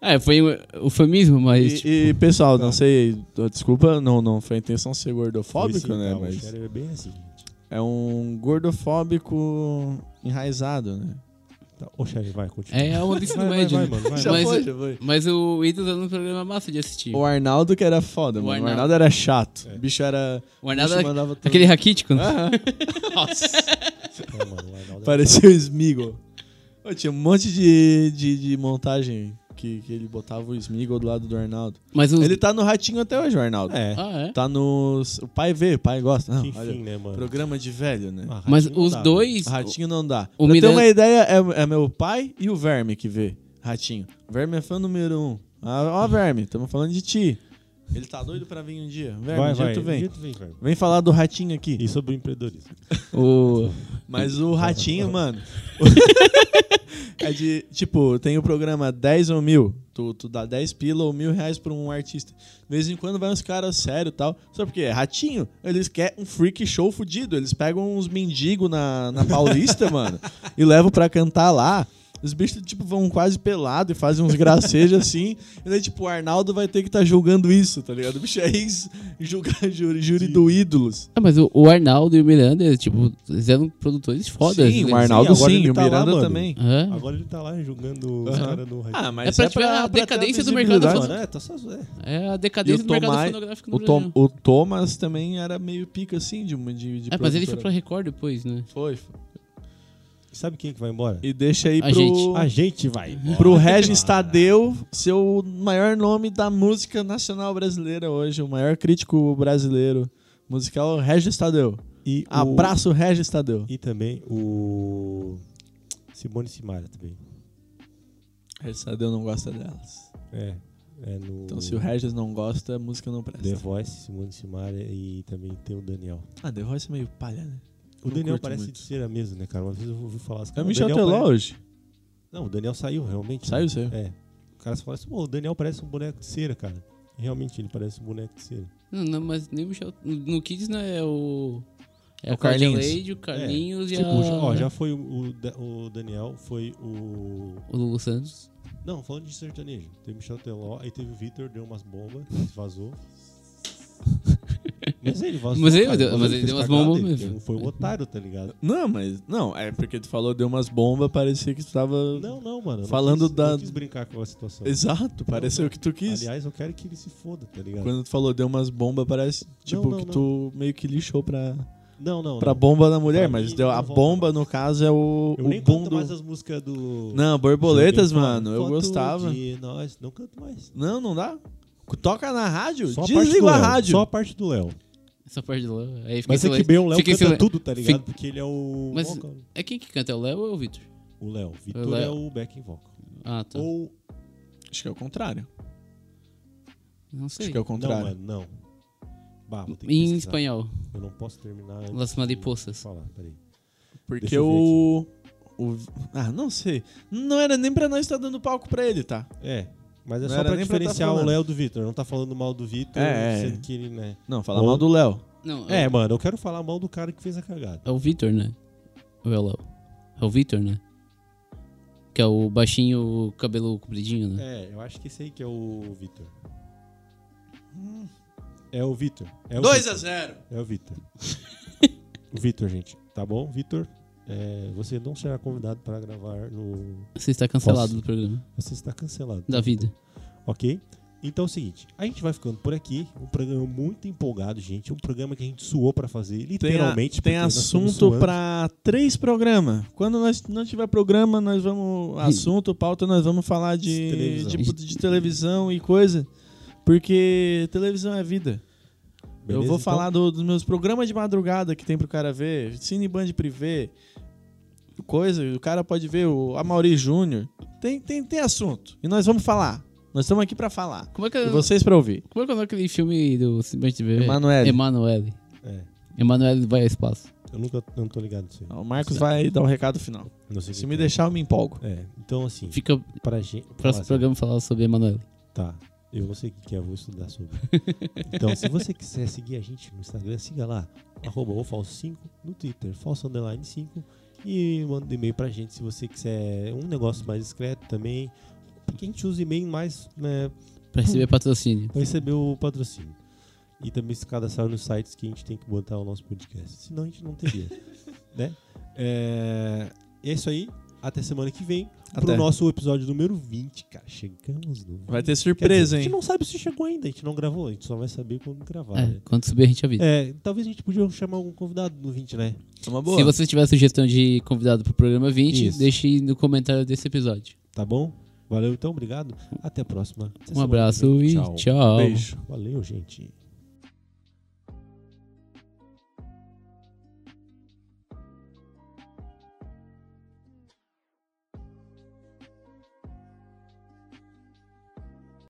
Speaker 3: É, foi um eufemismo, mas...
Speaker 2: E,
Speaker 3: tipo,
Speaker 2: e, pessoal,
Speaker 1: tá.
Speaker 2: não sei, desculpa, não, não foi a intenção ser gordofóbico,
Speaker 1: Foi sim,
Speaker 2: né?
Speaker 1: tá, o
Speaker 2: Mas
Speaker 1: Shelly é bem assim, gente.
Speaker 2: é um gordofóbico enraizado, né?
Speaker 1: Tá, ô, Shelly, vai, continua.
Speaker 3: É a onda do ensino
Speaker 1: vai, vai,
Speaker 3: médio,
Speaker 1: vai,
Speaker 3: né?
Speaker 1: mano, vai.
Speaker 3: Já Mas- foi,
Speaker 2: já foi.
Speaker 3: Mas o Ídolos era um programa massa de assistir.
Speaker 2: O Arnaldo que era foda,
Speaker 3: O
Speaker 2: mano.
Speaker 3: Arnaldo.
Speaker 2: O Arnaldo era chato.
Speaker 1: É.
Speaker 2: O bicho era.
Speaker 3: O Arnaldo
Speaker 2: bicho
Speaker 3: era
Speaker 2: mandava tudo.
Speaker 3: aquele raquítico, né?
Speaker 2: *laughs* Aham.
Speaker 1: É, mano, o Arnaldo é-
Speaker 2: Parecia o Smigol. Pô, tinha um monte de, de, de montagem que, que ele botava o Smigol do lado do Arnaldo.
Speaker 3: Mas o...
Speaker 2: Ele tá no ratinho até hoje, o Arnaldo.
Speaker 1: É,
Speaker 3: Ah, é?
Speaker 2: Tá nos. O pai vê, o pai gosta. Não,
Speaker 1: que
Speaker 2: olha,
Speaker 1: enfim, né, mano?
Speaker 2: programa de velho, né?
Speaker 1: Ah,
Speaker 3: Mas
Speaker 1: ratinho não
Speaker 3: os
Speaker 1: dá,
Speaker 3: dois...
Speaker 2: Ratinho não dá.
Speaker 3: O
Speaker 2: pra ter
Speaker 3: Miranda-
Speaker 2: uma ideia, é, é meu pai e o Verme que vê. Ratinho. O Verme é fã número um. Ah, ó, Verme, estamos falando de ti. Ele tá doido pra vir um dia.
Speaker 1: velho.
Speaker 2: Verme,
Speaker 1: Vai,
Speaker 2: um dia
Speaker 1: vai.
Speaker 2: tu
Speaker 1: um
Speaker 2: vem.
Speaker 1: dia tu vem, velho.
Speaker 2: Vem falar do ratinho aqui.
Speaker 1: E sobre o empreendedorismo.
Speaker 3: O...
Speaker 2: Mas o ratinho, mano. *laughs* é de. Tipo, tem o programa 10 ou mil. Tu, tu dá 10 pila ou mil reais pra um artista. De vez em quando vai uns caras sério e tal. Só porque é ratinho. Eles querem um freak show *laughs* fudido. Eles pegam uns mendigos na, na Paulista, mano. E levam pra cantar lá. Os bichos, tipo, vão quase pelado e fazem uns gracejos *laughs* assim. E daí, tipo, o Arnaldo vai ter que estar julgando isso, tá ligado? O bicho é *laughs* ex julgar júri, júri do ídolos.
Speaker 3: Ah, mas o, o Arnaldo e o Miranda, eles, tipo, eles eram produtores fodas.
Speaker 2: sim,
Speaker 3: eles-
Speaker 2: o Arnaldo
Speaker 1: Sim, agora
Speaker 2: sim,
Speaker 1: ele
Speaker 2: o
Speaker 1: tá lá,
Speaker 2: Miranda
Speaker 1: mano.
Speaker 2: também.
Speaker 3: Hã?
Speaker 1: Agora ele tá lá julgando os
Speaker 2: Ah. Aham.
Speaker 1: caras no
Speaker 2: Ah, mas
Speaker 3: É pra tiver a
Speaker 2: ter
Speaker 3: decadência do mercado
Speaker 2: visibilidade.
Speaker 3: fonográfico.
Speaker 1: né? Tá só. É.
Speaker 3: É a
Speaker 2: E
Speaker 3: decadência
Speaker 2: o,
Speaker 3: do mercado
Speaker 2: Tomai,
Speaker 3: fonográfico no
Speaker 2: o, Tom-
Speaker 3: Brasil.
Speaker 2: o Thomas também era meio pica assim de uma de, de
Speaker 3: É, mas ele foi pra
Speaker 2: produtora.
Speaker 3: Record depois, né?
Speaker 2: Foi, foi.
Speaker 1: Sabe quem é que vai embora?
Speaker 2: E deixa aí
Speaker 3: A
Speaker 2: pro
Speaker 3: gente.
Speaker 1: A gente vai. embora.
Speaker 2: Uhum. pro Regis
Speaker 1: Ah,
Speaker 2: Tadeu, ser o maior nome da música nacional brasileira hoje, o maior crítico brasileiro musical, Regis Tadeu.
Speaker 1: E o-
Speaker 2: Abraço Regis Tadeu.
Speaker 1: E também o. Simone Simaria também.
Speaker 2: Regis Tadeu não gosta delas.
Speaker 1: É. É no.
Speaker 2: Então se o Regis não gosta, a música não presta.
Speaker 1: The Voice, Simone Simaria e também tem o Daniel.
Speaker 2: Ah, The Voice é meio palha, né?
Speaker 1: O
Speaker 2: Não
Speaker 1: Daniel
Speaker 2: curto
Speaker 1: parece
Speaker 2: muito.
Speaker 1: de ser a mesma, né, cara? Uma vez eu ouvi falar assim.
Speaker 2: É o
Speaker 1: "Não,
Speaker 2: Michel
Speaker 1: Daniel
Speaker 2: Teló
Speaker 1: parece-"
Speaker 2: hoje.
Speaker 1: Não, o Daniel saiu, realmente.
Speaker 2: Saiu, saiu.
Speaker 1: É. O cara fala assim, "Pô, o Daniel parece um boneco de cera, cara. E Realmente, ele parece um boneco de cera.
Speaker 3: Não, não, mas nem o Michel. No no Kids não é o. É
Speaker 2: O
Speaker 3: a Carlinhos.
Speaker 2: Carlinhos.
Speaker 3: Lady, o Carlinhos e
Speaker 1: Tipo,
Speaker 3: a.
Speaker 1: já- ó, já foi o, o Da- o Daniel, foi o.
Speaker 3: O Lulu Santos.
Speaker 1: Não, falando de sertanejo. Teve Michel Teló, aí teve o Vitor, deu umas bombas,
Speaker 3: *laughs*
Speaker 1: vazou. Mas ele vazou.
Speaker 3: Mas ele
Speaker 1: cara,
Speaker 3: deu-
Speaker 1: vazou,
Speaker 3: mas ele
Speaker 1: fez
Speaker 3: deu umas
Speaker 1: cagada,
Speaker 3: bombas
Speaker 1: ele
Speaker 3: mesmo.
Speaker 1: deu- Foi um otário, tá ligado?
Speaker 2: Não, mas. Não, é porque tu falou, deu umas bombas, parecia que tu tava.
Speaker 1: Não, não, mano. eu não
Speaker 2: Falando
Speaker 1: quis,
Speaker 2: da-
Speaker 1: eu não quis brincar com a situação.
Speaker 2: Exato, pareceu o que tu quis.
Speaker 1: Aliás, eu quero que ele se foda, tá ligado?
Speaker 2: Quando tu falou deu umas bombas, parece tipo
Speaker 1: não,
Speaker 2: que
Speaker 1: não.
Speaker 2: tu meio que lixou pra,
Speaker 1: Não, não.
Speaker 2: pra
Speaker 1: não.
Speaker 2: bomba da mulher,
Speaker 1: Pra
Speaker 2: mas
Speaker 1: mim,
Speaker 2: deu, a
Speaker 1: não volta
Speaker 2: bomba
Speaker 1: mais.
Speaker 2: no caso é o,
Speaker 1: Eu
Speaker 2: o
Speaker 1: nem
Speaker 2: boom
Speaker 1: canto
Speaker 2: do...
Speaker 1: mais as músicas do.
Speaker 2: Não, borboletas,
Speaker 1: Joguei fora.
Speaker 2: mano, eu
Speaker 1: Foto
Speaker 2: gostava.
Speaker 1: de nós, não canto mais.
Speaker 2: Não, não dá? Toca na rádio,
Speaker 1: Só a parte do
Speaker 2: desliga a
Speaker 1: Léo,
Speaker 2: rádio.
Speaker 1: Só a parte do Léo.
Speaker 3: Essa parte do Léo. Aí fica
Speaker 1: Mas é
Speaker 3: em
Speaker 1: que
Speaker 3: silêncio.
Speaker 1: bem o Léo
Speaker 3: Fica em
Speaker 1: canta
Speaker 3: silêncio.
Speaker 1: tudo, tá ligado?
Speaker 3: Fica-
Speaker 1: Porque ele é o
Speaker 3: Mas-
Speaker 1: vocal.
Speaker 3: É quem que canta? É o Léo ou é o Victor?
Speaker 1: O Léo. Vitor
Speaker 3: Léo.
Speaker 1: é o backing vocal.
Speaker 3: Ah, tá.
Speaker 1: Ou.
Speaker 2: Acho que é o contrário.
Speaker 3: Não sei.
Speaker 2: Acho que é o
Speaker 1: Não,
Speaker 2: contrário.
Speaker 1: mano, não. Bah, vou ter que
Speaker 3: Em
Speaker 1: pesquisar.
Speaker 3: espanhol.
Speaker 1: Eu não posso terminar. antes
Speaker 3: Las
Speaker 1: de
Speaker 3: mariposas.
Speaker 1: Falar, peraí.
Speaker 2: Porque
Speaker 1: Deixa eu ver
Speaker 2: o... o... Ah, não sei. Não era nem pra nós estar dando palco pra ele, tá?
Speaker 1: É. Mas é
Speaker 2: Não
Speaker 1: só
Speaker 2: era
Speaker 1: pra
Speaker 2: nem pra
Speaker 1: diferenciar
Speaker 2: tá
Speaker 1: o
Speaker 2: falando.
Speaker 1: Léo do Vitor. Não tá falando mal do Vitor,
Speaker 2: É, é.
Speaker 1: sendo que ele, né?
Speaker 2: Não, falar
Speaker 1: Ou-
Speaker 2: mal do Léo.
Speaker 3: Não,
Speaker 1: É,
Speaker 3: é,
Speaker 1: mano, eu quero falar mal do cara que fez a cagada.
Speaker 3: é o Victor, né? Ou é o Léo? É o Victor, né? Que é o baixinho, cabelo compridinho, né?
Speaker 1: É, eu acho que esse aí que é o Vitor. É o Vitor. É o
Speaker 2: 2 a 0
Speaker 1: É o
Speaker 3: *laughs*
Speaker 1: Vitor. o Vitor, gente. Tá bom, Vitor? É, você não será convidado para gravar no.
Speaker 3: Você está cancelado
Speaker 1: Posso?
Speaker 3: do programa.
Speaker 1: Você está cancelado.
Speaker 3: Da vida.
Speaker 1: Ok? Então é o seguinte, a gente vai ficando por aqui. Um programa muito empolgado, gente. Um programa que a gente suou para fazer,
Speaker 2: Tem, a-
Speaker 1: literalmente.
Speaker 2: tem
Speaker 1: porque nós estamos
Speaker 2: assunto
Speaker 1: suando.
Speaker 2: pra três programas. Quando nós não tiver programa, nós vamos. Assunto, pauta, nós vamos falar de
Speaker 1: De televisão.
Speaker 2: tipo, de televisão e coisa. Porque televisão é vida.
Speaker 1: Beleza?
Speaker 2: Eu vou
Speaker 1: Então,
Speaker 2: falar do- dos meus programas de madrugada que tem pro cara ver. Cine Band Privé. Coisa, o cara pode ver o Amaury Júnior. Tem, tem, tem assunto. E nós vamos falar. Nós estamos aqui pra falar.
Speaker 3: Como é que
Speaker 2: E vocês pra ouvir.
Speaker 3: Como é que é o nome daquele filme do Simplesmente TV?
Speaker 2: Emanuele.
Speaker 3: Emanuele.
Speaker 1: É,
Speaker 3: Emanuele vai ao espaço.
Speaker 1: eu nunca eu não tô ligado nisso aí.
Speaker 2: O Marcos vai dar o recado final.
Speaker 1: Não sei
Speaker 2: Se
Speaker 1: o
Speaker 2: me
Speaker 1: que é.
Speaker 2: deixar, eu me empolgo.
Speaker 1: É, então assim,
Speaker 3: Fica
Speaker 1: pra gente.
Speaker 3: próximo programa falar sobre Emanuele.
Speaker 1: Tá. Eu não sei o que que é, vou estudar sobre. então, se você quiser seguir a gente no Instagram, siga lá, arroba o falso 5, no Twitter, falso underline 5, e manda um e-mail pra gente se você quiser um negócio mais discreto também, porque a gente usa e-mail mais né,
Speaker 3: Pra receber patrocínio.
Speaker 1: pra receber o patrocínio. E também se cadastrar nos sites que a gente tem que botar o nosso podcast, senão a gente não
Speaker 3: *laughs*
Speaker 1: teria, né? É, é isso aí, até semana que vem,
Speaker 2: Até.
Speaker 1: pro nosso episódio número 20, cara, chegamos no É. Quer
Speaker 2: Vai ter
Speaker 1: dizer,
Speaker 2: surpresa,
Speaker 1: A gente
Speaker 2: hein?
Speaker 1: não sabe se chegou ainda, a gente não gravou, a gente só vai saber quando gravar.
Speaker 3: É,
Speaker 1: né?
Speaker 3: quando subir a gente avisa.
Speaker 1: É, talvez a gente podia chamar algum convidado no 20, né?
Speaker 2: É uma
Speaker 3: Se você tiver sugestão de convidado pro programa 20,
Speaker 1: Isso.
Speaker 3: deixe no comentário desse episódio.
Speaker 1: Tá bom? Valeu então, obrigado. Até a próxima. Até
Speaker 3: Um
Speaker 1: semana que
Speaker 3: abraço
Speaker 1: vem.
Speaker 3: e tchau.
Speaker 2: Beijo.
Speaker 1: Valeu, gente.